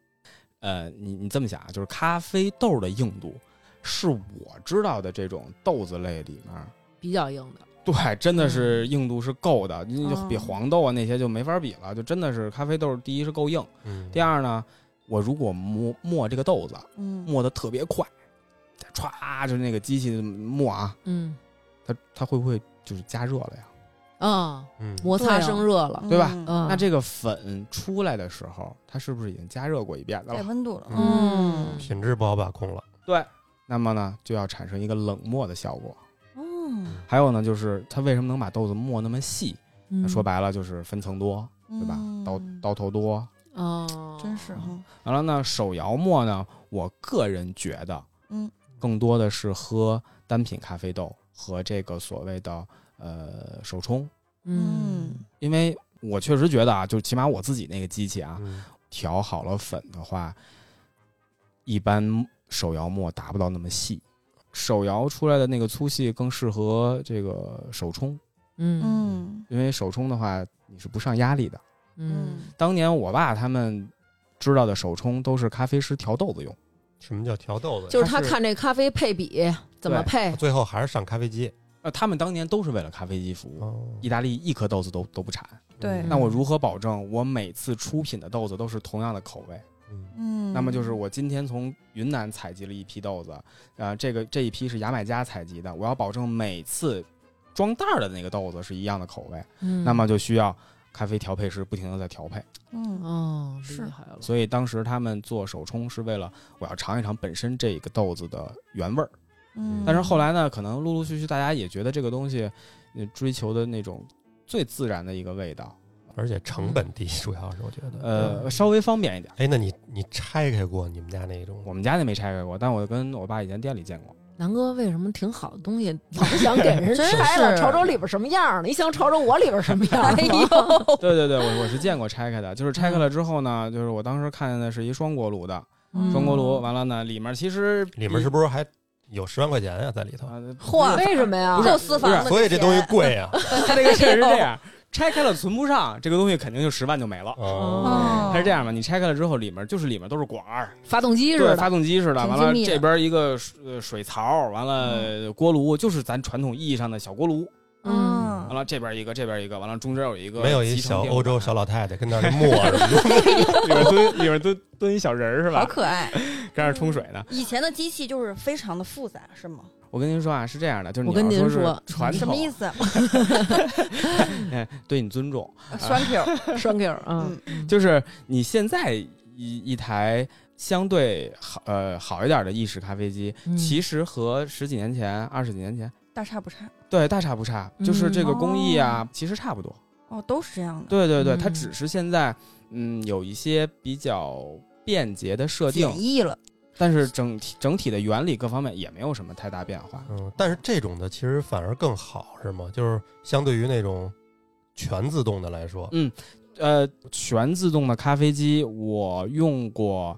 B: 呃，你你这么想啊，就是咖啡豆的硬度，是我知道的这种豆子类里面儿，
D: 比较硬的。
B: 对，真
D: 嗯
B: 的是硬度是够的，你就
F: 哦
B: 比黄豆啊那些就没法比了，就真的是咖啡豆，第一是够硬，
C: 嗯，
B: 第二呢，我如果磨磨这个豆子，啊
F: 嗯，
B: 磨的特别快，歘，就是那个机器磨啊，
D: 嗯
B: 它它会不会就是加热了呀？
D: 啊，
C: 嗯，
D: 摩擦生热了，
B: 对吧
F: 嗯
D: 嗯，
B: 那这个粉出来的时候，它是不是已经加热过一遍的
F: 带
B: 了？
F: 温度了，
D: 嗯
C: 品质不好把控了。
B: 对，那么呢，就要产生一个冷漠的效果。
F: 嗯，
B: 还有呢，就是它为什么能把豆子磨那么细？
D: 嗯
B: 说白了就是分层多，对吧？
F: 嗯
B: 刀刀头多。
D: 哦，
F: 真是哈，
B: 完了呢，手摇磨呢，我个人觉得，
F: 嗯，
B: 更多的是喝单品咖啡豆和这个所谓的呃手冲，
D: 嗯
B: 因为我确实觉得啊，就起码我自己那个机器啊，
C: 嗯，
B: 调好了粉的话，一般手摇磨达不到那么细，手摇出来的那个粗细更适合这个手冲。
D: 嗯
F: 嗯
B: 因为手冲的话你是不上压力的。
D: 嗯
B: 当年我爸他们知道的手冲都是咖啡师调豆子用，
C: 什么叫调豆子呀？
D: 就是他
B: 它是
D: 看这咖啡配比怎么
B: 对
D: 配，
C: 最后还是上咖啡机。
B: 呃，他们当年都是为了咖啡机服务。
C: 哦，嗯
B: 意大利一颗豆子都都不产，
F: 对
B: 那我如何保证我每次出品的豆子都是同样的口味？
C: 嗯
F: 嗯，
B: 那么就是我今天从云南采集了一批豆子，呃，这个这一批是牙买加采集的，我要保证每次装袋儿的那个豆子是一样的口味，
D: 嗯
B: 那么就需要咖啡调配师不停的在调配。
F: 嗯，
D: 哦，
F: 是
D: 厉害了，
B: 所以当时他们做手冲是为了我要尝一尝本身这个豆子的原味儿。
F: 嗯
B: 但是后来呢，可能陆陆续续大家也觉得这个东西，呃追求的那种最自然的一个味道，
C: 而且成本低，主要是我觉得。
B: 呃，
C: 嗯，
B: 稍微方便一点。
C: 哎，那你你拆开过你们家那种？
B: 我们家那没拆开过，但我跟我爸以前店里见过。
D: 南哥为什么挺好的东西老想给 人拆了，
F: 是
D: 瞅瞅里边什么样儿呢？你想瞅瞅我里边什么样儿呢？
F: 哎呦，
B: 对对对，我我是见过拆开的，就是拆开了之后呢，就是我当时看见的是一双锅炉的，
F: 嗯
B: 双锅炉完了呢，里面其实
C: 里面是不是还有十万块钱呀、在里头？
B: 啊，
F: 嚯，
D: 为什么呀
B: 不？是
F: 够私房的，
C: 所以这东西贵啊 呀、
B: 它这个事儿是这样，拆开了存不上，这个东西肯定就十万就没了。
C: 哦，
F: 哦
B: 它是这样的，你拆开了之后，里面就是里面都是管儿，
D: 发动机似
B: 对，
D: 的，
B: 发动机似的，
F: 挺
B: 完
F: 精
B: 了
F: 密的
B: 这边一个水呃水槽，完了锅炉，就是咱传统意义上的小锅炉，
F: 嗯
B: 完了这边一个，这边一个，完了中间有一个
C: 没有一
B: 集成
C: 小
B: 电路
C: 欧 洲小老太太跟那儿磨什么的
B: 里面蹲里面蹲蹲一小人儿是
F: 好
B: 吧？
F: 可爱。
B: 跟那儿冲水呢。
F: 以前的机器就是非常的复杂，是吗？
B: 我跟您说啊，是这样的，就是
D: 我
B: 你
D: 跟
B: 要
D: 您
B: 是
D: 说
B: 传统
F: 什么意 思？
B: 哎，对你尊重，
F: 栓 Q，
D: 双 Q，嗯
F: 嗯，
B: 就是你现在一一台相对好呃好一点的意式咖啡机，
D: 嗯
B: 其实和十几年前、二十几年前
F: 大差不差。
B: 对大差不差，
F: 嗯
B: 就是这个工艺啊，其实差不多。
F: 哦，都是这样的。
B: 对对对，它
D: 嗯
B: 只是现在嗯有一些比较便捷的设定
F: 简，易了，
B: 但是整体整体的原理各方面也没有什么太大变化。
C: 嗯，但是这种的其实反而更好，是吗？就是相对于那种全自动的来说，
B: 呃，全自动的咖啡机我用过，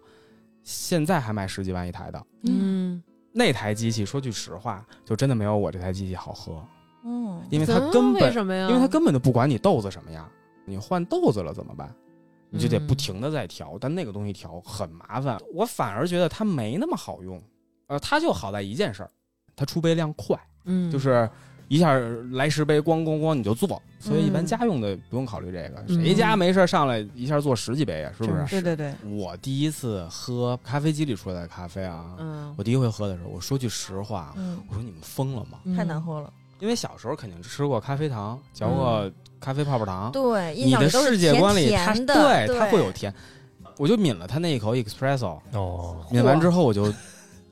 B: 现在还卖十几万一台的。
D: 嗯，
B: 那台机器说句实话，就真的没有我这台机器好喝，
F: 嗯，
B: 因为它
D: 咱
B: 根
D: 为
B: 本，
D: 什么呀？
B: 因为它根本就不管你豆子什么样，你换豆子了怎么办？你就得
D: 嗯
B: 不停的在调，但那个东西调很麻烦，我反而觉得它没那么好用。呃，它就好在一件事儿，它出杯量快，
D: 嗯，
B: 就是一下来十杯，咣咣咣你就做，所以一
D: 嗯
B: 般家用的不用考虑这个，谁家没事儿上来一下做十几杯呀、是不
D: 真
B: 是？
F: 对对对，
B: 我第一次喝咖啡机里出来的咖啡啊，
D: 嗯，
B: 我第一回喝的时候，我说句实话，啊
F: 嗯，
B: 我说你们疯了吗？
D: 嗯
F: 太难，喝了。
B: 因为小时候肯定吃过咖啡糖，嚼过
C: 嗯
B: 咖啡泡泡糖，
F: 对，哎印
B: 你
F: 象里
B: 的
F: 都是
B: 世界观里它
F: 甜甜的，对，
B: 它会有甜。我就抿了它那一口 espresso，
C: 哦，
B: 抿完之后我就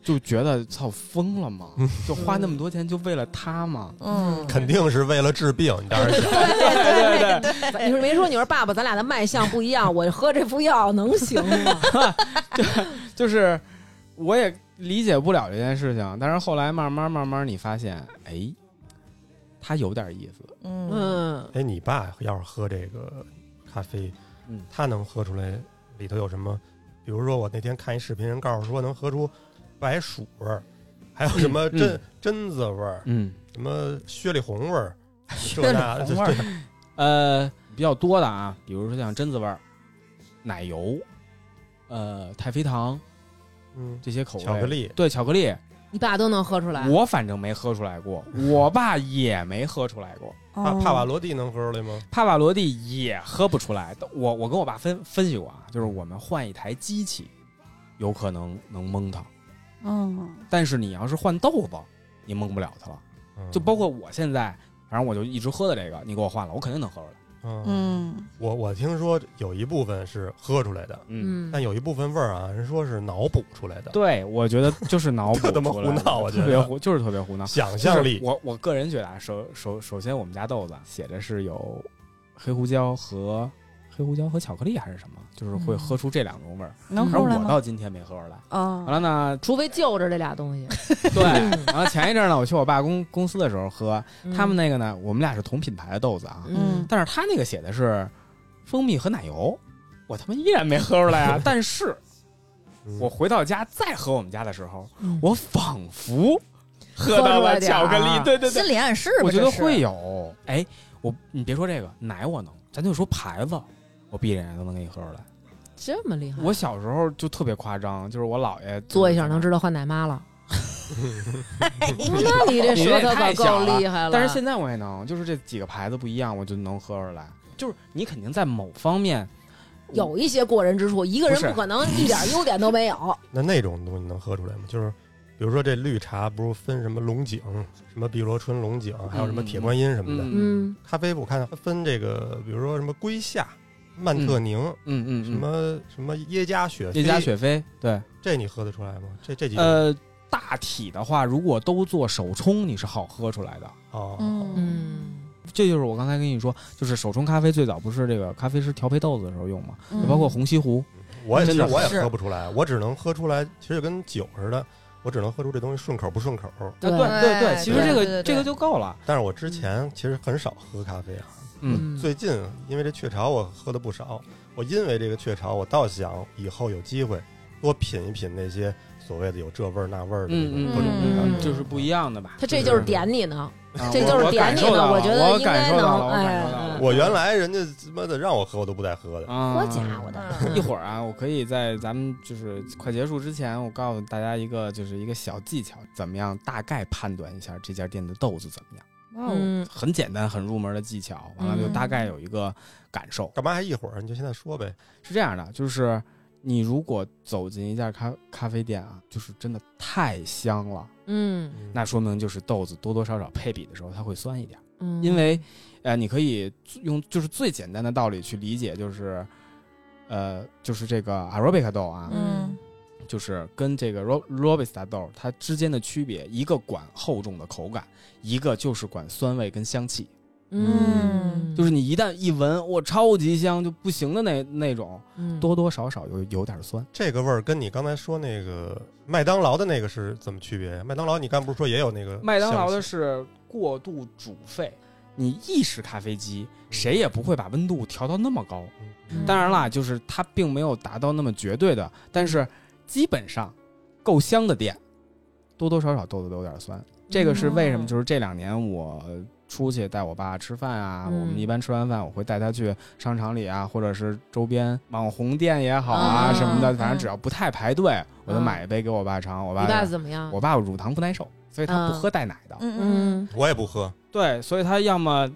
B: 就觉得操疯了吗？
C: 嗯
B: 就花那么多钱就为了它吗？
F: 嗯，
C: 肯定是为了治病，你当时想，
B: 对对对，
D: 你说没说？你说爸爸，咱俩的卖相不一样，我喝这副药能行吗？
B: 就是我也理解不了这件事情，但是后来慢慢慢慢你发现，哎，它有点意思。
F: 嗯，
D: 嗯，
C: 哎，你爸要是喝这个咖啡，
B: 嗯
C: 他能喝出来里头有什么？比如说我那天看一视频，人告诉说能喝出白薯味儿，还有什么
B: 嗯
C: 榛榛子味儿，
B: 嗯，
C: 什么雪里红 味儿，这
B: 里
C: 那的
B: 红味儿
C: 对
B: 呃，比较多的啊，比如说像榛子味儿、奶油、呃太妃糖
C: 嗯，
B: 这些口味，
C: 巧克力
B: 对巧克力，
D: 你爸都能喝出来，
B: 我反正没喝出来过，我爸也没喝出来过，
C: 帕
F: 哦
C: 帕瓦罗蒂能喝出来吗？
B: 帕瓦罗蒂也喝不出来。我我跟我爸分分析过啊，就是我们换一台机器，有可能能蒙它，
F: 嗯，
B: 但是你要是换豆子，你蒙不了它了。
C: 嗯
B: 就包括我现在，反正我就一直喝的这个，你给我换了，我肯定能喝出来。
C: 嗯，
F: 嗯，
C: 我我听说有一部分是喝出来的，
B: 嗯，
D: 嗯，
C: 但有一部分味儿啊，人说是脑补出来的，
B: 对，我觉得就是脑补
C: 特他妈
B: 出来的
C: 胡闹我觉得
B: 特别胡，就是特别胡闹。
C: 想象力
B: 就是。我我个人觉得啊，首首首先，我们家豆子写的是有黑胡椒和黑胡椒和巧克力还是什么，就是会
D: 嗯
B: 喝出这两种味儿。
F: 能
B: 而
F: 喝出来
B: 我
F: 吗？
B: 到今天没喝出来。
D: 嗯
F: 啊
B: 完了 呢，
D: 除非就着这俩东西，
B: 对，然后前一阵儿呢，我去我爸公公司的时候喝，
D: 嗯
B: 他们，那个呢，我们俩是同品牌的豆子啊，
D: 嗯
B: 但是他那个写的是蜂蜜和奶油，我他妈依然没喝出来 啊。但是
C: 嗯
B: 我回到家再喝我们家的时候，
D: 嗯
B: 我仿佛喝到
D: 喝出来
B: 了
D: 点
B: 巧克
D: 儿啊
B: 力，对对对，
F: 心理暗示吧，
B: 我觉得
F: 这是
B: 会有。哎，我你别说这个奶我能，咱就说牌子，我闭着眼都能给你喝出来。
D: 这么厉害，
B: 我小时候就特别夸张，就是我姥爷
D: 做一下能知道换奶 妈了。那你这舌头可够厉害了，
B: 但是现在我也能，就是这几个牌子不一样，我就能喝出来。就是你肯定在某方面
D: 有一些过人之处，一个人
B: 不是
D: 不可能一点优点都没有。
C: 那那种东西能喝出来吗？就是比比如说这绿茶不是分什么龙井、什么碧螺春龙井，还有什么铁观音什么的。
B: 嗯
D: 嗯
C: 咖啡我看它分这个，比如说什么龟夏、曼特宁，
B: 嗯嗯，
C: 什么什么耶加雪菲，
B: 叶加雪菲，对，
C: 这你喝得出来吗？这这几种
B: 呃，大体的话，如果都做手冲，你是好喝出来的。
C: 哦，
F: 嗯，
D: 嗯
B: 这就是我刚才跟你说，就是手冲咖啡最早不是这个咖啡师调配豆子的时候用嘛，
F: 嗯
B: 就包括红西湖，
C: 我也
B: 真的
C: 其实我也
B: 是
C: 喝不出来，我只能喝出来，其实就跟酒似的，我只能喝出这东西顺口不顺口。
B: 啊对
F: 对
B: 对，其实这
F: 对
B: 个
F: 对对
B: 这个就够了。
C: 但是我之前其实很少喝咖啡啊，
B: 嗯，
C: 最近因为这雀巢我喝的不少，我因为这个雀巢，我倒想以后有机会多品一品那些所谓的有这味儿那味儿的那
B: 嗯嗯
C: 种各种各样
B: 嗯
C: 的，
B: 就是不一样的吧。
D: 他这就是点你呢，
B: 啊
D: 这
B: 我
D: 就是
B: 我
D: 点
B: 感
D: 你
B: 受
D: 呢
B: 到
D: 我
B: 了
D: 觉得
B: 我
D: 应
B: 感
D: 该
B: 受到
D: 能
B: 了我感受到了
D: 哎
C: 我原来人家他妈的让我喝我都不带喝的，
B: 啊
D: 多家伙的，
B: 一会儿啊，我可以在咱们就是快结束之前，我告诉大家一个就是一个小技巧，怎么样大概判断一下这家店的豆子怎么样，
F: 哇哦，
D: 嗯
B: 很简单，很入门的技巧，完了就大概有一个感受。
C: 干嘛还一会儿？你就现在说呗。
B: 是这样的，就是你如果走进一家咖咖啡店啊，就是真的太香了，
D: 嗯
B: 那说明就是豆子多多少少配比的时候它会酸一点，
D: 嗯，
B: 因为呃，你可以用就是最简单的道理去理解，就是呃，就是这个 Arabica 豆啊，
F: 嗯
B: 就是跟这个 ro- Robusta 豆它之间的区别，一个管厚重的口感，一个就是管酸味跟香气。
D: 嗯，
B: 就是你一旦一闻，我超级香就不行的那那种，
D: 嗯
B: 多多少少有有点酸。
C: 这个味儿跟你刚才说那个麦当劳的那个是怎么区别呀？麦当劳你刚不是说也有那个
B: 麦当劳的
C: 香气
B: 是过度煮沸，你意式咖啡机谁也不会把温度调到那么高。
D: 嗯
B: 当然啦，就是它并没有达到那么绝对的，但是基本上够香的店，多多少少豆子都有点酸。这个是为什么？就是这两年我出去带我爸吃饭啊，
D: 嗯
B: 我们一般吃完饭我会带他去商场里啊，或者是周边网红店也好啊、
D: 啊
B: 什么的，
F: 嗯
B: 反正只要不太排队，我就
D: 嗯
B: 买一杯给我爸尝。我
D: 你爸
B: 爸
D: 怎么样？
B: 我爸乳糖不耐受，所以他不
D: 嗯
B: 喝带奶的。
F: 嗯嗯
D: 嗯，
C: 我也不喝，
B: 对，所以他要么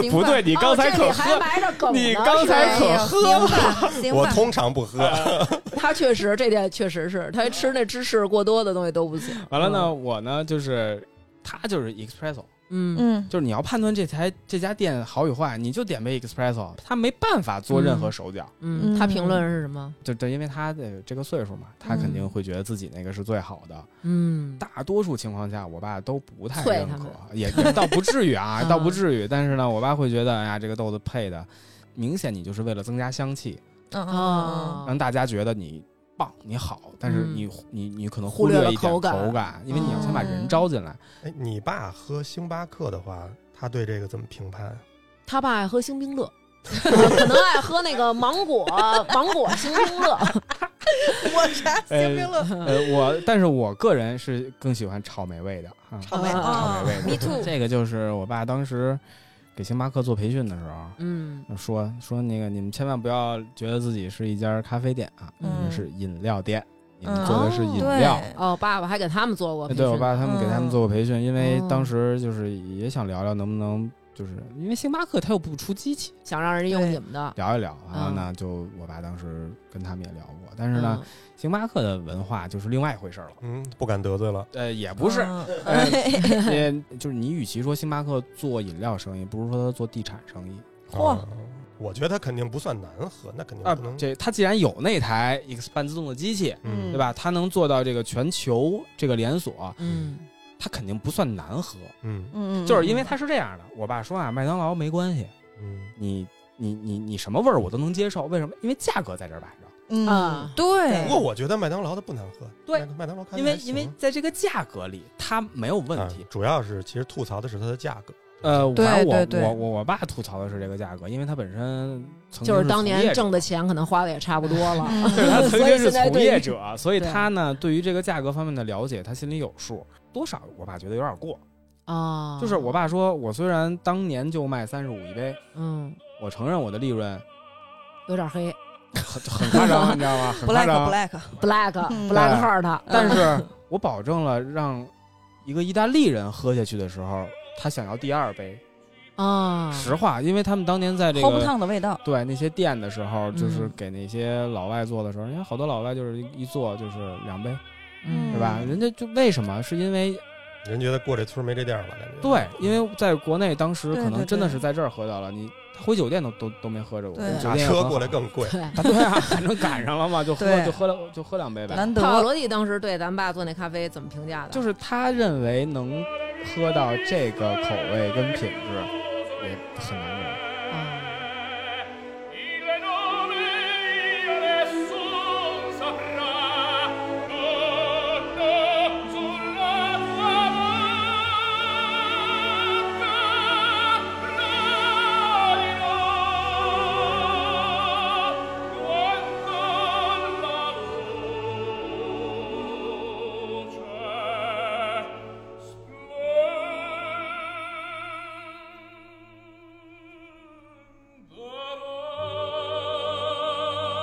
F: 嗯，
B: 不对你刚才可
F: 哦这里还
B: 喝
F: 埋着梗呢
B: 你刚才可喝了
F: 了，哎行吧
C: 我通常不喝。
B: 啊
D: 他确实这点确实是他吃那芝士过多的东西都不行。
B: 完了呢，我呢就是他就是 espresso，
D: 嗯，
F: 嗯
B: 就是你要判断这台这家店好与坏，你就点杯 espresso，他没办法做任何手脚。
D: 嗯嗯，他评论是什么？
B: 就对，因为他的这个岁数嘛，他肯定
D: 嗯
B: 会觉得自己那个是最好的。
D: 嗯，
B: 大多数情况下，我爸都不太
D: 啐
B: 认
D: 他
B: 可
D: 们，
B: 也也倒不至于啊，
D: 嗯
B: 倒不至于。但是呢，我爸会觉得，哎呀，这个豆子配的，明显你就是为了增加香气，
F: 嗯
D: 哦
B: 让大家觉得你棒，你好。但是
D: 嗯
B: 你、你你可能
D: 忽
B: 忽
D: 略
B: 略
D: 了
B: 一点
D: 口感哦
B: 因为你要先把人
F: 嗯
B: 招 进来。
C: 哎，你爸喝星巴克的话，他对这个怎么评判？
D: 他爸爱喝星冰 乐。可能爱喝那个芒果芒果星冰乐，
F: 我查星冰乐
B: 呃，我但是我个人是更喜欢草莓味的啊，
F: 草莓
B: 草
D: 哦
F: 啊
B: 莓味的。
F: ，me too，
B: 这个就是我爸当时给星巴克做培训的时候，
D: 嗯
B: 说说那个你们千万不要觉得自己是一家咖啡店啊，你
F: 嗯
B: 们是饮料店，你们
F: 嗯
B: 做的是饮料。哎
F: 对
D: 哦，爸爸还给他们做过培
B: 对
D: 训，
B: 我爸他们给他们做过培训，因为
D: 哦
B: 当时就是也想聊聊能不能，就是因为星巴克它又不出机器，
D: 想让人用你们的，
B: 聊一聊。然后呢，就我爸当时跟他们也聊过，嗯但是
D: 嗯
B: 呢，星巴克的文化就是另外一回事儿了。
C: 嗯，不敢得罪了。
B: 呃，也不是，
F: 嗯
B: 呃也就是你与其说星巴克做饮料生意，不如说它做地产生意。
F: 嚯
C: 啊我觉得它肯定不算难喝，那肯定
B: 啊
C: 不能。，
B: 这它既然有那台 X 半自动的机器，
C: 嗯
B: 对吧？它能做到这个全球这个连锁，
D: 嗯
B: 它肯定不算难喝。
C: 嗯
F: 嗯，嗯
B: 就是因为它是这样的，我爸说啊，麦当劳没关系，
C: 嗯，
B: 你你你你什么味儿我都能接受，为什么？因为价格在这儿摆着，
F: 嗯
D: 啊
F: 对
C: 不过我觉得麦当劳的不难喝。
B: 对
C: 麦，麦当劳咖啡
B: 因为
C: 还行
B: 因为在这个价格里它没有问
C: 啊
B: 题。
C: 主要是其实吐槽的是它的价格。
B: 呃，
F: 对
B: 反正我
F: 对对
B: 我我我爸吐槽的是这个价格，因为他本身嗯曾经
D: 就是当
B: 从业
D: 年
B: 者
D: 挣的钱可能花的也差不多了，
F: 嗯
B: 对他曾
D: 所以
B: 经是
D: 现在
B: 从
D: 对
B: 业
D: 于
B: 者，所以
D: 对
B: 他呢对于这个价格方面的了解，他心里有数。多少我爸觉得有点过，
F: 哦
D: 啊，
B: 就是我爸说，我虽然当年就卖三十五一杯，
D: 嗯
B: 我承认我的利润
D: 有点黑
B: 很很夸张，你知道吗？很夸
F: black
B: 张，
F: black，
D: black
F: 嗯
D: black heart，
B: 但是我保证了让一个意大利人喝下去的时候，他想要第二杯。
D: 啊，
B: 实话，因为他们当年在这
F: 齁不
B: 个。
F: 烫的味道，
B: 对那些店的时候，就是
D: 嗯
B: 给那些老外做的时候，因为好多老外就是一一做就是两杯，
D: 嗯
B: 对吧？人家就为什么？是因为
C: 人觉得过这村儿没这店儿了，感觉
B: 对，因为在国内当时
F: 对
B: 可
F: 对
B: 能真的
F: 对
B: 是在这儿喝到了，你他回酒店都都都没喝着过，
F: 对
B: 酒
C: 打
B: 店也
C: 车
B: 很
C: 过来
B: 好
C: 更贵。
D: 对。
B: 啊 对啊，反正赶上了嘛，就喝
F: 对
B: 就喝了就喝两杯呗。
F: 难
D: 帕瓦
F: 得，
D: 罗蒂当时对咱们爸做那咖啡怎么评价的？
B: 就是是他认为能喝到这个口味跟品质，也很难得。
G: Il nome io nessun saprà, donna sulla tua bocca raina, quando la luce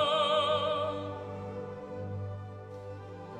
B: 对
G: splenderà.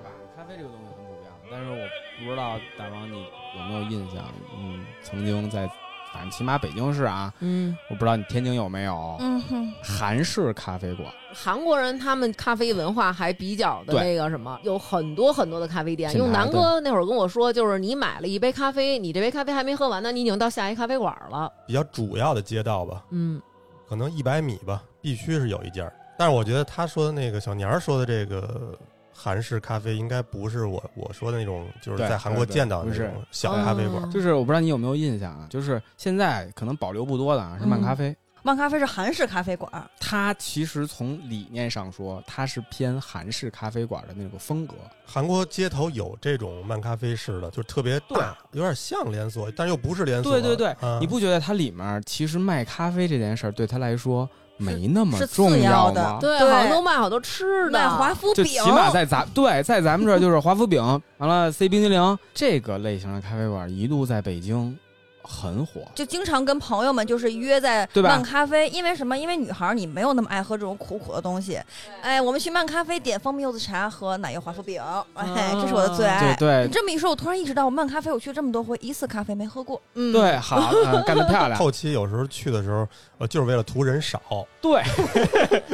B: 吧？咖啡这个东西很普遍了，但是我不知道大王你有没有印象？嗯，曾经在，反正起码北京市啊，
D: 嗯，
B: 我不知道你天津有没有、
F: 嗯哼，
B: 韩式咖啡馆，
D: 韩国人他们咖啡文化还比较的
B: 对
D: 那个什么，有很多很多的咖啡店。
B: 品牌
D: 用南哥那会儿跟我说，就是你买了一杯咖啡，你这杯咖啡还没喝完呢，你已经到下一咖啡馆了。
C: 比较主要的街道吧，
D: 嗯，
C: 可能一百米吧，必须是有一家儿。但是我觉得他说的那个小年儿说的这个韩式咖啡，应该不是我我说的那种，就是
B: 对
C: 在韩国
B: 对对
C: 见到的
B: 不
C: 那
B: 是嗯
C: 种小咖啡馆。
D: 哦
B: 就是我不知道你有没有印象啊？就是现在可能保留不多的啊，是
F: 嗯
B: 漫咖啡。
F: 漫咖啡是韩式咖啡馆，
B: 它其实从理念上说，它是偏韩式咖啡馆的那种风格。
C: 韩国街头有这种漫咖啡式的，就是特别大，有点像连锁，但又不是连锁。
B: 对对对，
C: 啊
B: 你不觉得它里面其实卖咖啡这件事儿对他来说没那么
F: 是次
B: 重
F: 要的
B: 吗？
D: 对，
F: 对
D: 好像都卖好多吃的，
F: 卖 华夫
B: 就
F: 饼，
B: 起码在咱对在咱们这儿就是华夫饼，完了 C 冰激凌这个类型的咖啡馆一度在北京很火。
F: 就经常跟朋友们就是约在
B: 对吧
F: 漫咖啡，因为什么？因为女孩儿你没有那么爱喝这种苦苦的东西，哎，我们去漫咖啡点蜂蜜柚子茶和奶油华夫饼，哎，
B: 嗯
F: 这是我的最
B: 对
F: 爱。
B: 对
F: 你这么一说，我突然意识到，我漫咖啡我去这么多回，一次咖啡没喝过。嗯，
B: 对，好，嗯干得漂亮。
C: 后期有时候去的时候，呃，就是为了图人少，
B: 对，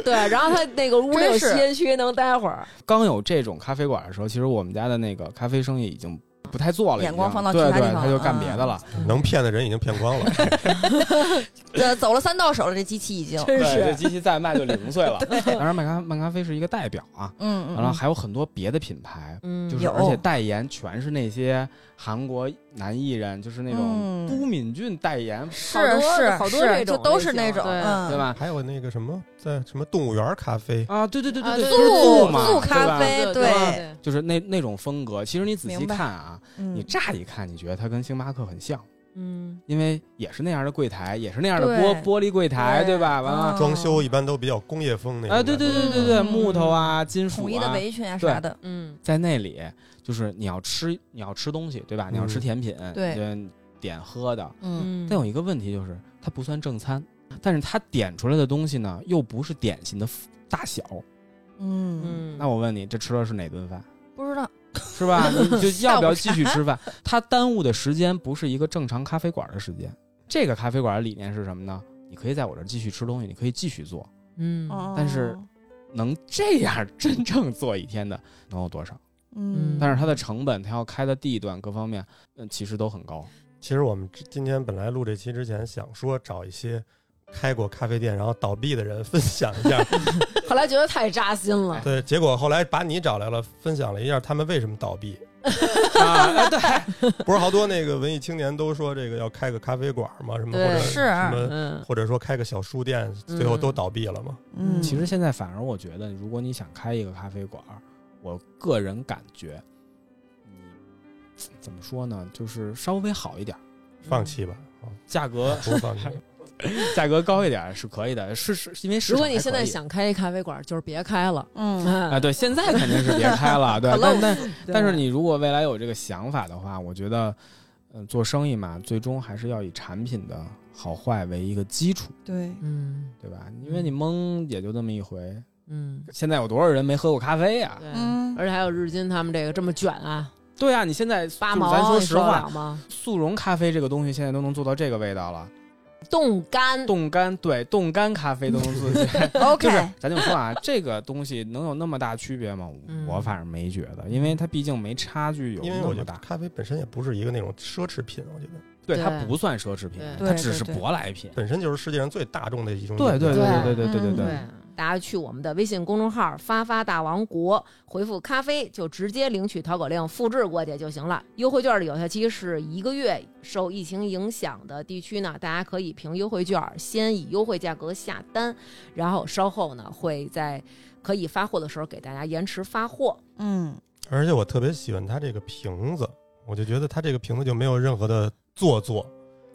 D: 对，然后他那个屋里有
F: 真
D: 吸
F: 是
D: 烟区，能待会儿。
B: 刚有这种咖啡馆的时候，其实我们家的那个咖啡生意已经不太做了，已
F: 眼
B: 经
F: 光放到其
B: 对
F: 他地
B: 对，
F: 方
B: 他就
F: 了
B: 干
F: 嗯
B: 别的了。
C: 能骗的人已经骗光了。
F: 呃，走了三到手了，这机器已经。
D: 真
B: 对，
D: 是
B: 这机器再卖就零碎 了。当然，漫咖漫咖啡是一个代表啊，
F: 嗯
B: 完了
F: 嗯，
B: 还有很多别的品牌，
D: 嗯，
B: 就是
F: 有
B: 而且代言全是那些韩国男艺人，就是那种
F: 嗯
B: 都敏俊代言，
F: 是
D: 好多
F: 是
D: 好多
F: 是
D: 这种
F: 就都是
D: 类
F: 那
D: 型
F: 种，
D: 对
F: 嗯，
B: 对吧？
C: 还有那个什么，在什么动物园咖啡，
B: 啊，对对对
D: 啊
B: 对对，就
D: 对
B: 是
D: 对
B: 醋
D: 对
B: 嘛，
F: 醋
B: 对
F: 咖
B: 吧
F: 啡
D: 对
F: 对
B: 就是那那种风格。其实你仔细
F: 明白
B: 看啊，你
F: 嗯，
B: 乍一看，你觉得它跟星巴克很像，
D: 嗯，
B: 因为也是那样的柜台，也是那样的
F: 对
B: 玻玻璃柜台，
F: 对嗯
B: 对吧？完了，
C: 装修一般都比较工业风那种。
B: 哦啊，对对对对对，
D: 嗯
B: 木头啊，金属
F: 统一的
B: 啊，
F: 围裙啊
B: 对
F: 啥的，
D: 嗯，
B: 在那里就是你要吃你要吃东西，对吧？你要吃
C: 嗯
B: 甜品，
F: 对
B: 你就点喝的。
F: 嗯，
D: 嗯，
B: 但有一个问题就是，它不算正餐，但是它点出来的东西呢，又不是点心的大小。
F: 嗯，
D: 嗯，
B: 那我问你，这吃的是哪顿饭？
F: 不知道，
B: 是 吧？你就要不要继续吃饭？他耽误的时间不是一个正常咖啡馆的时间。这个咖啡馆的理念是什么呢？你可以在我这儿继续吃东西，你可以继续做，
D: 嗯，
B: 但是
F: 哦
B: 能这样真正做一天的能有多少？
F: 嗯，
B: 但是它的成本，它要开的地段各方面，嗯，其实都很高。
C: 其实我们之今天本来录这期之前，想说找一些开过咖啡店然后倒闭的人分享 一下，
D: 后来觉得太扎心
B: 哎
D: 了。
C: 对，结果后来把你找来了，分享了一下他们为什么倒闭。
B: 啊，对，
C: 不是好多那个文艺青年都说这个要开个咖啡馆嘛，什么或
D: 对
C: 者
F: 是
C: 什么，
B: 呃
D: 嗯，
C: 或者说开个小书店，最后都倒闭了嘛。
F: 嗯，
B: 其实现在反而我觉得，如果你想开一个咖啡馆儿，我个人感觉，你怎么说呢？就是稍微好一点儿，
C: 放 弃吧，啊
B: 价格
C: 不放弃。
B: 价格高一点是可以的，是是是因为市
D: 如
B: 场
D: 果你
B: 还
D: 现
B: 可
D: 在
B: 以
D: 想开一咖啡馆，就是别开了。
F: 嗯，
B: 啊，
D: 啊，
B: 对，现在肯定是别开了，对，但但但是你如果未来有这个想法的话，我觉得，嗯、做生意嘛，最终还是要以产品的好坏为一个基础，
F: 对，
D: 嗯
B: 对吧？因为你蒙也就这么一回，
D: 嗯，
B: 现在有多少人没喝过咖啡呀、
D: 对，
F: 嗯
D: 而且还有日金他们这个这么卷啊，
B: 对啊，你现在
D: 八
B: 就是
D: 毛，
B: 咱说
D: 你
B: 实
D: 受得
B: 话
D: 了，吗？
B: 速溶咖啡这个东西现在都能做到这个味道了，
D: 冻干，
B: 冻干，对，冻干咖啡都能自己。
F: OK，
B: 就是咱就说啊，这个东西能有那么大区别吗？
D: 嗯
B: 我反正没觉得，因为它毕竟没差距有
C: 因为我
B: 那
C: 觉
B: 么
C: 得
B: 大，
C: 咖啡本身也不是一个那种奢侈品，我觉得
B: 对它
D: 对
B: 不算奢侈品，
D: 对
B: 它只
F: 对
B: 是
F: 对
B: 舶来品。
C: 本身就是世界上最大众的一种饮
B: 对
C: 料。
B: 对对对对对
F: 嗯
B: 对
D: 对，大家去我们的微信公众号“发发大王国”回复“咖啡”，就直接领取淘口令，复制过去就行了。优惠券的有效期是一个月，受疫情影响的地区呢，大家可以凭优惠券先以优惠价格下单，然后稍后呢会在可以发货的时候给大家延迟发货。
F: 嗯，
C: 而且我特别喜欢它这个瓶子，我就觉得它这个瓶子就没有任何的 做作，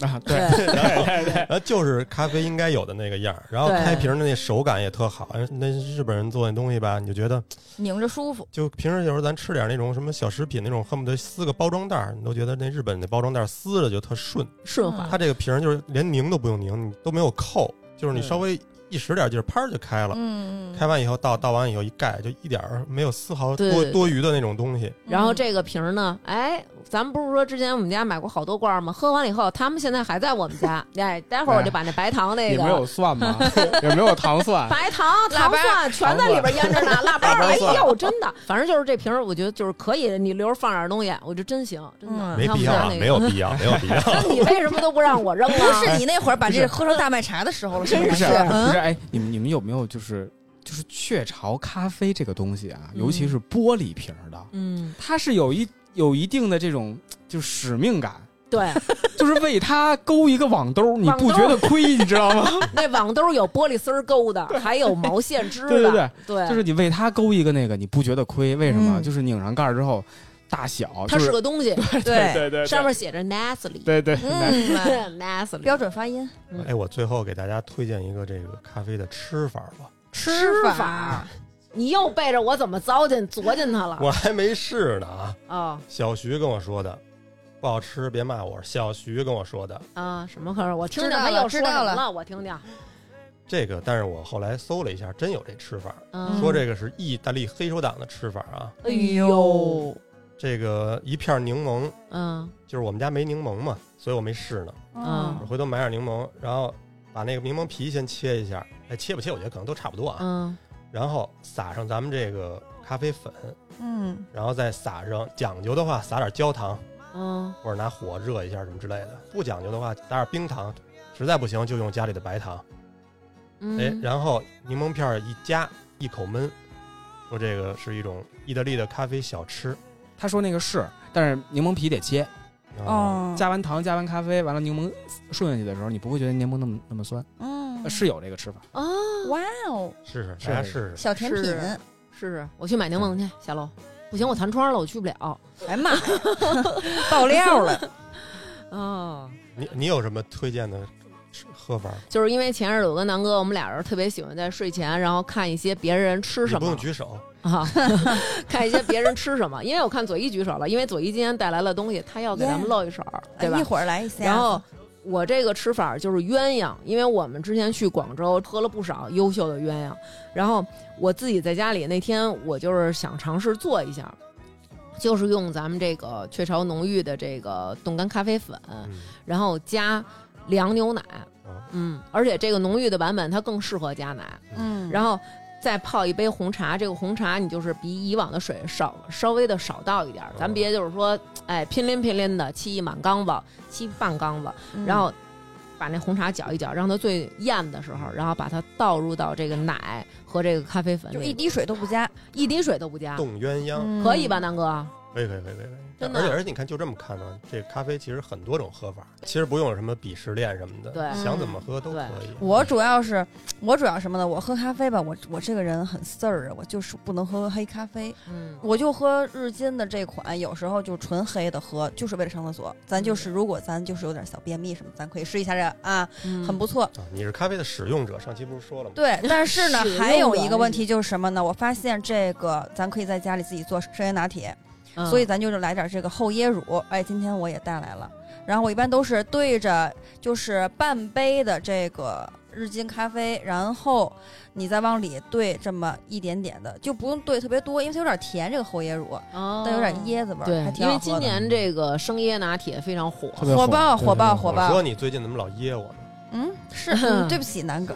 B: 啊，对
D: 呃
C: 然后呃就是咖啡应该有的那个样儿，然后
D: 对
C: 开瓶的那手感也特好。哎那日本人做那东西吧，你就觉得，
F: 拧着舒服，
C: 就平时有时候咱吃点那种什么小食品那种，恨不得撕个包装袋儿，你都觉得那日本那包装袋儿撕着就特顺。
D: 顺滑，
B: 嗯
C: 它这个瓶儿就是连拧都不用拧，你都没有扣，就是你
B: 对
C: 稍微一使点劲儿，啪儿就开了。
F: 嗯，
C: 开完以后倒倒完以后一盖，就一点儿没有丝毫
D: 对
C: 多
D: 对
C: 多余的那种东西。
F: 嗯
D: 然后这个瓶儿呢，哎，咱们不是说之前我们家买过好多罐儿吗？喝完了以后，他们现在还在我们家。哎，待会儿我就把那白糖那
B: 也
D: 个
B: 没有蒜吗？也没有糖蒜，
D: 白糖、
F: 腊
D: 糖
F: 八
D: 蒜全在里边腌着呢，腊八儿，
C: 腊八
D: 哎
C: 蒜
D: 呦，真的，反正就是这瓶儿，我觉得就是可以，你留着放点东西，我觉得真行，真的
F: 嗯
C: 没必要啊，没有。必要，没有必要。
D: 那你为什么都不让我扔
F: 嗯不
D: 啊？
F: 是你那会儿把
B: 不是
F: 这喝成大麦茶的时候了，
B: 真
F: 不
B: 是不
F: 嗯
B: 是哎，你们你们有没有就是就是雀巢咖啡这个东西啊，
D: 嗯
B: 尤其是玻璃瓶儿的，
D: 嗯，
B: 它是有一有一定的这种就使命感，
D: 对，
B: 就是为它勾一个网 兜儿，你
D: 网兜
B: 不
D: 儿
B: 觉得亏，你知道吗？
D: 那网兜有玻璃丝儿勾的，还有毛线织的，
B: 对对对
D: 对
B: 就是你为它勾一个那个，你不觉得亏？为什么？
F: 嗯
B: 就是拧上盖儿之后，大小
D: 它
B: 就是
D: 个东西，
F: 对，
B: 对对
D: 上面写着 Nestle，
B: 对对
F: 嗯，
D: Nestle
F: 标准发音，
C: 哎，我最后给大家推荐一个这个咖啡的吃法吧，
D: 吃
F: 法
D: 法，你又背着我怎么糟践琢践它了
C: 我还没试呢啊。
D: 啊
C: 小徐跟我说的，不好吃别骂我。小徐跟我说的
D: 啊！什么可是我听听
F: 知道
D: 他
F: 了
D: 又说
F: 知道
D: 什么
F: 了
D: 了，我听听。
C: 这个，但是我后来搜了一下，真有这吃法，
D: 嗯
C: 说这个是意大利黑手党的吃法啊。
D: 哎呦，
C: 这个一片柠檬，
D: 嗯
C: 就是我们家没柠檬嘛，所以我没试呢。
D: 嗯
C: 回头买点柠檬，然后把那个柠檬皮先切一下，哎，切不切我觉得可能都差不多啊。
D: 嗯
C: 然后撒上咱们这个咖啡粉，
F: 嗯，
C: 然后再撒上讲究的话撒点焦糖，
D: 嗯
C: 或者拿火热一下什么之类的。不讲究的话打点冰糖，实在不行就用家里的白糖。哎，
D: 嗯，
C: 然后柠檬片儿一夹，一口闷，说这个是一种意大利的咖啡小吃。
B: 他说那个是，但是柠檬皮得切，
C: 啊，
D: 嗯
F: 哦，
B: 加完糖加完咖啡，完了柠檬顺下去的时候，你不会觉得柠檬那么那么酸，
F: 嗯，
B: 呃是有这个吃法。
D: 哦，
F: 哇哦，
C: 试试，
B: 是
C: 大家试试。
F: 小甜品，
D: 是试试，我去买柠檬
C: 嗯
D: 去，下楼。不行，我弹窗了，我去不了。
F: 哎妈呀， 爆料了，
D: 哦，
C: 你你有什么推荐的吃喝法？
D: 就是因为前日我跟南哥，我们俩人特别喜欢在睡前，然后看一些别人吃
C: 你
D: 什
C: 不用
D: 么
C: 举手，
D: 啊， 看一些别人吃什么。因为我看左一举手了，因为左一今天带来了东西，他要给咱们
F: Yeah
D: 露一手，对吧
F: 一？会儿来一下，
D: 然后我这个吃法就是鸳鸯，因为我们之前去广州喝了不少优秀的鸳鸯，然后我自己在家里那天我就是想尝试做一下。就是用咱们这个雀巢浓郁的这个冻干咖啡粉，
C: 嗯
D: 然后加凉牛奶，
C: 啊，
D: 嗯，而且这个浓郁的版本它更适合加奶，
F: 嗯，
D: 然后再泡一杯红茶。这个红茶你就是比以往的水少稍微的少倒一点儿，咱别就是说，哎，拼拎拼拎的沏一满缸子，沅半缸子，
F: 嗯
D: 然后把那红茶搅一搅，让它最艳的时候，然后把它倒入到这个奶和这个咖啡粉里，
F: 就一滴水都不加，
D: 一滴水都不加，
C: 冻鸳鸯，
D: 可以吧，？南哥？
C: 可以可以可以可以。
D: 啊嗯真的啊
C: 而且而且你看，就这么看呢，这咖啡其实很多种喝法，其实不用有什么鄙视链什么的，
D: 对嗯
C: 想怎么喝都
D: 对
C: 可以。
F: 我主要是我主要什么呢？我喝咖啡吧，我我这个人很刺儿啊，我就是不能喝黑咖啡，
D: 嗯
F: 我就喝日金的这款，有时候就纯黑的喝，就是为了上厕所。咱就是
D: 嗯
F: 如果咱就是有点小便秘什么，咱可以试一下这啊，
D: 嗯
F: 很不错。
C: 啊，你是咖啡的使用者，上期不是说了吗？
F: 对，但是呢
D: 使，用
F: 还有
D: 者
F: 一个问题就是什么呢？我发现这个咱可以在家里自己做生椰拿铁，
D: 嗯，
F: 所以咱就是来点这个厚椰乳。哎，今天我也带来了。然后我一般都是对着就是半杯的这个日精咖啡，然后你再往里兑这么一点点的，就不用兑特别多，因为它有点甜这个厚椰乳，
D: 哦
F: 但有点。椰子味儿，
D: 对
F: 还，挺
D: 因为
F: 好喝
D: 今
F: 的。
D: 年这个生椰拿铁非常火，
B: 特别
F: 火爆
B: 对
F: 火爆
B: 对
F: 火
C: 我
F: 爆
C: 说你最近怎么老噎我呢？
F: 嗯，是，嗯对不起，南哥，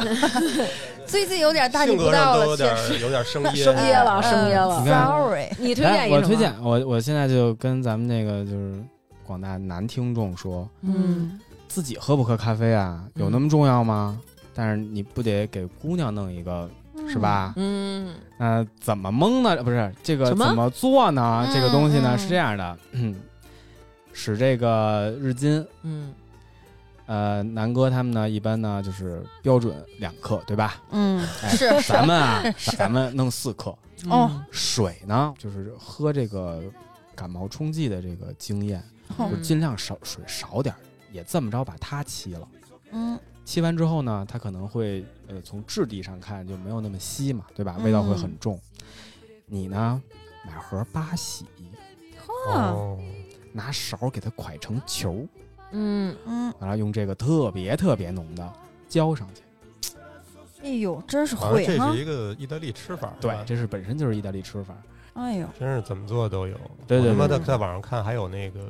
F: 最近有
D: 哎
F: 点大逆
C: 性
F: 不
C: 格
F: 道
C: 上都
F: 了，
C: 有
F: 确
C: 点
F: 实。
C: 有 点生噎，哎
D: 生噎了
F: 嗯
D: 生噎了
B: 你看
F: Sorry，
D: 你推
B: 来，
D: 荐一个
B: 哎我
D: 什么？
B: 推荐我我现在就跟咱们这个就是广大男听众说，
D: 嗯，
B: 自己喝不喝咖啡啊，
F: 嗯
B: 有那么重要吗？但是你不得给姑娘弄一个是吧？
D: 嗯
B: 那怎么蒙呢？不是这个
D: 什么
B: 怎么做呢？
F: 嗯
B: 这个东西呢
F: 嗯
B: 是这样的， 使这个日金，
D: 嗯
B: 呃，南哥他们呢一般呢就是标准两克，对吧？
F: 嗯，
B: 哎
F: 是
B: 咱们啊，
F: 是
B: 咱们弄四克。
D: 嗯
F: 哦，
B: 水呢，就是喝这个感冒冲剂的这个经验，
F: 嗯
B: 就尽量少水少点儿，也这么着把它沏了。
F: 嗯
B: 沏完之后呢，它可能会呃从质地上看就没有那么稀嘛，对吧？
F: 嗯
B: 味道会很重。你呢，买盒八喜，
C: 哦，
B: 拿勺给它蒯成球，
D: 嗯
F: 嗯，
B: 完了用这个特别特别浓的浇上去。
F: 哎呦，真是
C: 好像
F: 会
C: 这
F: 哈
C: 是！一个意大利吃法，是
B: 对
C: 吧，
B: 这是本身就是意大利吃法。
F: 哎呦，
C: 真是怎么做都有。
B: 对对
C: 我他妈
B: 对
C: 的在网上看还有那个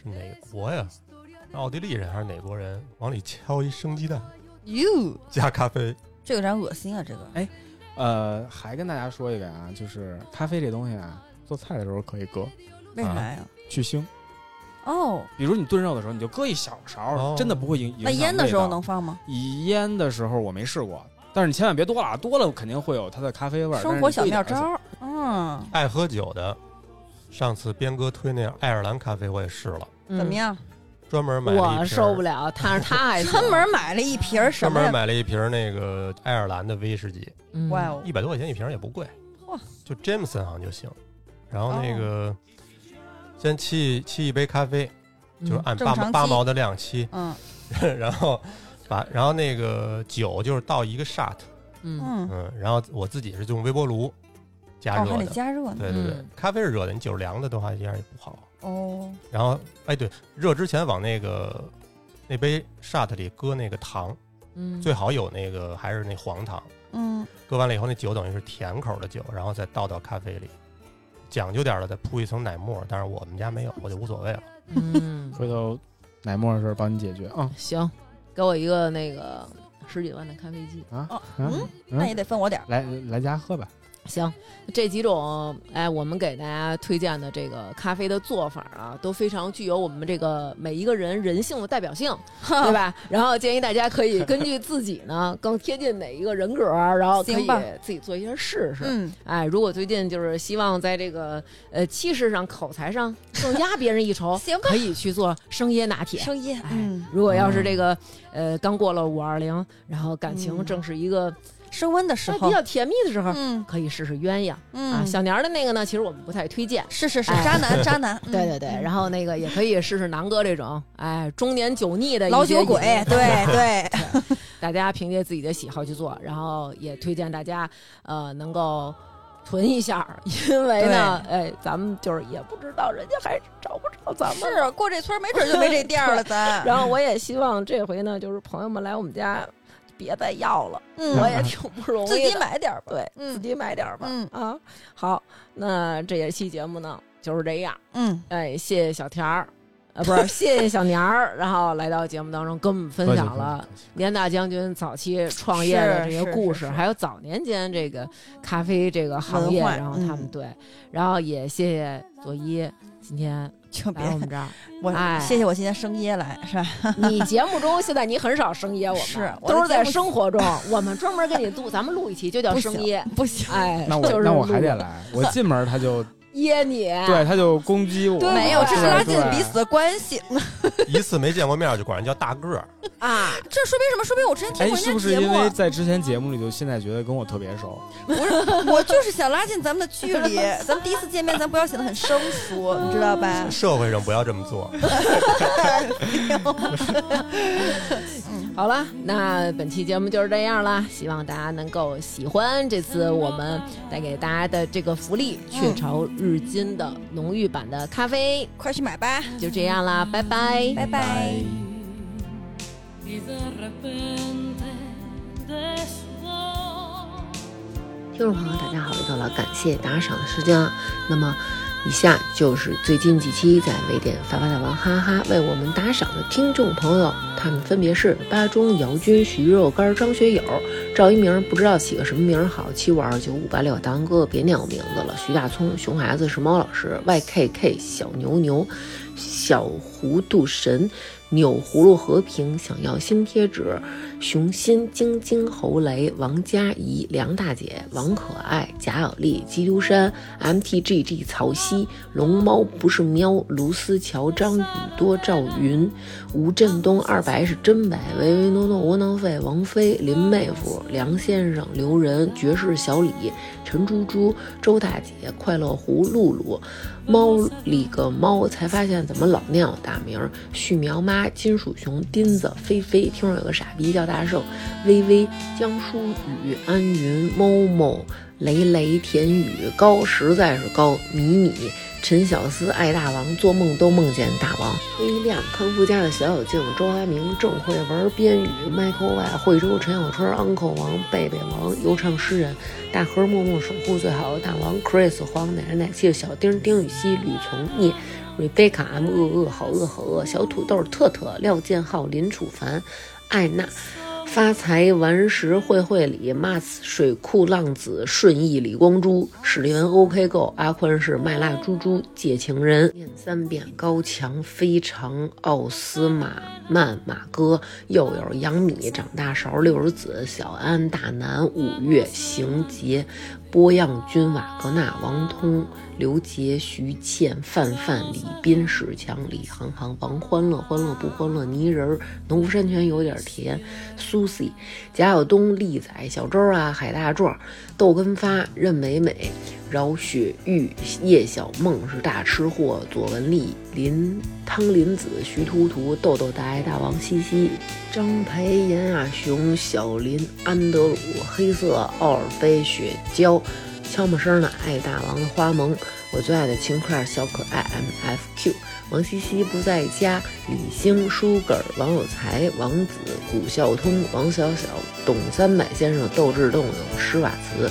C: 是哪国呀？奥地利人还是哪国人？往里敲一生鸡蛋
F: 哟，
C: 加咖啡，
F: 这有点恶心啊，这个
B: 呃，还跟大家说一个啊，就是咖啡这东西啊，做菜的时候可以搁
F: 为啥呀？
B: 去腥。
F: 啊哦，
B: 比如你炖肉的时候，你就搁一小勺，
C: 哦
B: 真的不会影影
F: 那
B: 响
F: 腌的时候
B: 味道
F: 能放吗？
B: 腌的时候我没试过，但是你千万别多了，啊，多了肯定会有它的咖啡味儿。
F: 生活小妙
B: 但是
F: 招，嗯，
C: 爱喝酒的。上次边哥推那爱尔兰咖啡，我也试了，
D: 嗯
F: 怎么？样？
C: 专门买了一瓶
D: 我受不了，但是他还行
F: 专门买了一瓶儿什
C: 专
F: 么
C: 门
F: 呀？
C: 买了一瓶那个爱尔兰的威士忌，
D: 嗯
F: 哇哦
C: 一，百多块钱一瓶也不贵
F: 哇，
C: 就 Jameson 好像就行。然后
F: 哦
C: 那个先沏沏一杯咖啡，
D: 嗯
C: 就是
F: 嗯
C: 按八
F: 正常沏
C: 八毛的量沏，
F: 嗯
C: 然后把然后那个酒就是倒一个 shot，
D: 嗯
F: 嗯，
C: 嗯，然后我自己是用微波炉加
F: 哦，还
C: 热
F: 得
C: 的，
F: 加热呢，
C: 对对对
D: 嗯，
C: 咖啡是热的，你酒凉的的话这样也不好。
F: 哦，
C: 然后哎对，热之前往那个那杯 shot 里搁那个糖，
D: 嗯，
C: 最好有那个还是那黄糖。
F: 嗯，
C: 搁完了以后，那酒等于是甜口的酒，然后再倒到咖啡里。讲究点儿了，再铺一层奶沫，但是我们家没有，我就无所谓了。
D: 嗯
B: 回头奶沫的事儿帮你解决啊
D: 行，给我一个那个十几万的咖啡机。
B: 啊
F: 哦
B: 啊
F: 嗯
B: 嗯
F: 那也得分我点儿，
B: 来来家喝吧。
D: 行，这几种哎，我们给大家推荐的这个咖啡的做法啊，都非常具有我们这个每一个人人性的代表性，对吧？然后建议大家可以根据自己呢更贴近哪一个人格儿，然后可以
F: 行吧
D: 自己做一些试试。
F: 嗯，
D: 哎，如果最近就是希望在这个呃气势上、口才上更压别人一筹，
F: 行吧
D: 可，以去做生椰拿铁。
F: 生椰，
D: 哦哎
F: 嗯，
D: 如果要是这个呃刚过了五二零，然后感情
F: 嗯
D: 正是一个
F: 升温的时
D: 哎
F: 候
D: 比，较甜蜜的时候，
F: 嗯
D: 可以试试鸳鸯。啊，
F: 嗯，
D: 小年儿的那个呢，其实我们不太推荐。
F: 是是是，
D: 哎
F: 渣男渣男，嗯
D: 对对对，然后那个也可以试试南哥这种，哎，中年酒腻的一
F: 老
D: 些
F: 酒鬼
D: 饮料，
F: 对对，
D: 大家凭借自己的喜好去做，然后也推荐大家呃能够囤一下儿，因为呢，哎，咱们就是也不知道人家还找不着咱们了。
F: 是过这村儿没准就没这店儿了，咱，
D: 然后我也希望这回呢，就是朋友们来我们家，别再要了，
F: 嗯
D: 我也挺不容易的，
F: 自己买点儿吧，
D: 对，
F: 嗯
D: 自己买点儿吧。
F: 嗯
D: 啊，好，那这一期节目呢就是这样。
F: 嗯，
D: 哎，谢谢小田儿，呃，不是，谢谢小年儿，然后来到节目当中跟我们分享了连大将军早期创业的这些故
F: 是
D: 事，
F: 是是
D: 还有早年间这个咖啡这个行业，
F: 文化
D: 然后他们
F: 嗯
D: 对，然后也谢谢佐伊今天
F: 就别
D: 来我们这儿。
F: 我
D: 哎
F: 谢谢我今天生椰来，是吧？
D: 你节目中现在你很少生噎，我们
F: 是我的
D: 都是在
F: 节目
D: 生活中，我们专门给你录，咱们录一期就叫
F: 不
D: 生
F: 行
D: 噎。
F: 不行，
D: 哎，
B: 那
D: 就
B: 我
D: 是
B: 那我还得
D: 录
B: 来，我进门他 就
D: 噎你。
B: 对他就攻击我，
D: 对
F: 没有，这是
B: 对
F: 拉近
B: 对
F: 彼此的关系。
C: 一次没见过面就管人叫大个儿，
D: 啊，
F: 这说明什么？说明我之前听
B: 哎，
F: 过
B: 是
F: 人
B: 不
F: 家
B: 是
F: 节
B: 因
F: 目
B: 为
F: 啊，
B: 在之前节目里就现在觉得跟我特别熟？
F: 不是，我就是想拉近咱们的距离。咱们第一次见面，咱不要显得很生疏，你知 道吧？
C: 社会上不要这么做。
D: 好了，那本期节目就是这样啦，希望大家能够喜欢这次我们带给大家的这个福利——雀巢日金的浓郁版的咖啡，
F: 快去买吧，
D: 就这样啦，拜拜，
F: 拜拜。
H: y de repente después
I: 听众朋友，大家好，又到了感谢打赏的时间啊。那么，
J: 以下就是最近几期在微店发发大王哈哈为我们打赏的听众朋友，他们分别是巴中、姚军、徐肉干、张学友、赵一鸣，不知道起个什么名儿好，七五二九五八六，大王哥哥别念我名字了，徐大聪、熊孩子、是猫老师、YKK、小牛牛、小糊涂神、钮葫芦和平，想要新贴纸。熊心、晶晶、侯雷、王佳怡、梁大姐、王可爱、贾小丽、基督山、MTGG、曹曦、龙猫不是喵、卢思乔、张宇多、赵云、吴振东、二白是真白、唯唯诺诺、窝囊废、王菲、林妹夫、梁先生、刘仁、爵士小李、陈猪猪、周大姐、快乐狐、露露。猫里个猫，才发现怎么老念我大名儿。旭苗妈、金属熊、钉子、菲菲，听说有个傻逼叫大圣，微微、江疏雨、安云、某某、雷雷、田雨、高，实在是高，米米。陈小思爱大王，做梦都梦见大王。微亮、康复家的小小静、周怀明、郑慧文、边宇、Michael Y、惠州陈小春、Uncle 王、贝贝王、悠唱诗人、大河默默守护最好的大王 Chris 黄奶奶奶气小丁丁禹兮吕从聂 Rebecca M 饿饿好饿好饿小土豆特特廖建浩林楚凡艾娜。发财顽石慧慧里，Mas 水库浪子顺义李光洙史蒂文 OK 够阿宽是麦辣猪猪借情人念三遍高强非常奥斯马曼马哥又有杨米长大勺六十子小安大南五月行杰波漾君瓦格纳王通刘杰徐倩范范李斌史强李航航王欢乐欢乐不欢乐泥人儿农夫山泉有点甜。Susie、贾晓东、丽仔、小周啊、海大壮、豆根发、任美美、饶雪玉、叶小梦是大吃货，左文丽、林汤林子、徐图图、豆豆大爱大王西西、张培、严亚雄、小林、安德鲁、黑色奥尔菲、雪娇。悄没声儿呢，爱大王的花萌，我最爱的情块小可爱 MFQ，王西西不在家，李星、舒格尔、王有才、王子、古孝通、王小小、董三百先生、斗智斗勇、施瓦茨、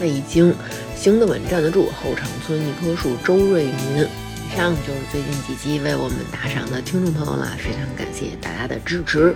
J: 魏京、行得稳站得住、后场村一棵树、周瑞民。以上就是最近几期为我们打赏的听众朋友啦，非常感谢大家的支持。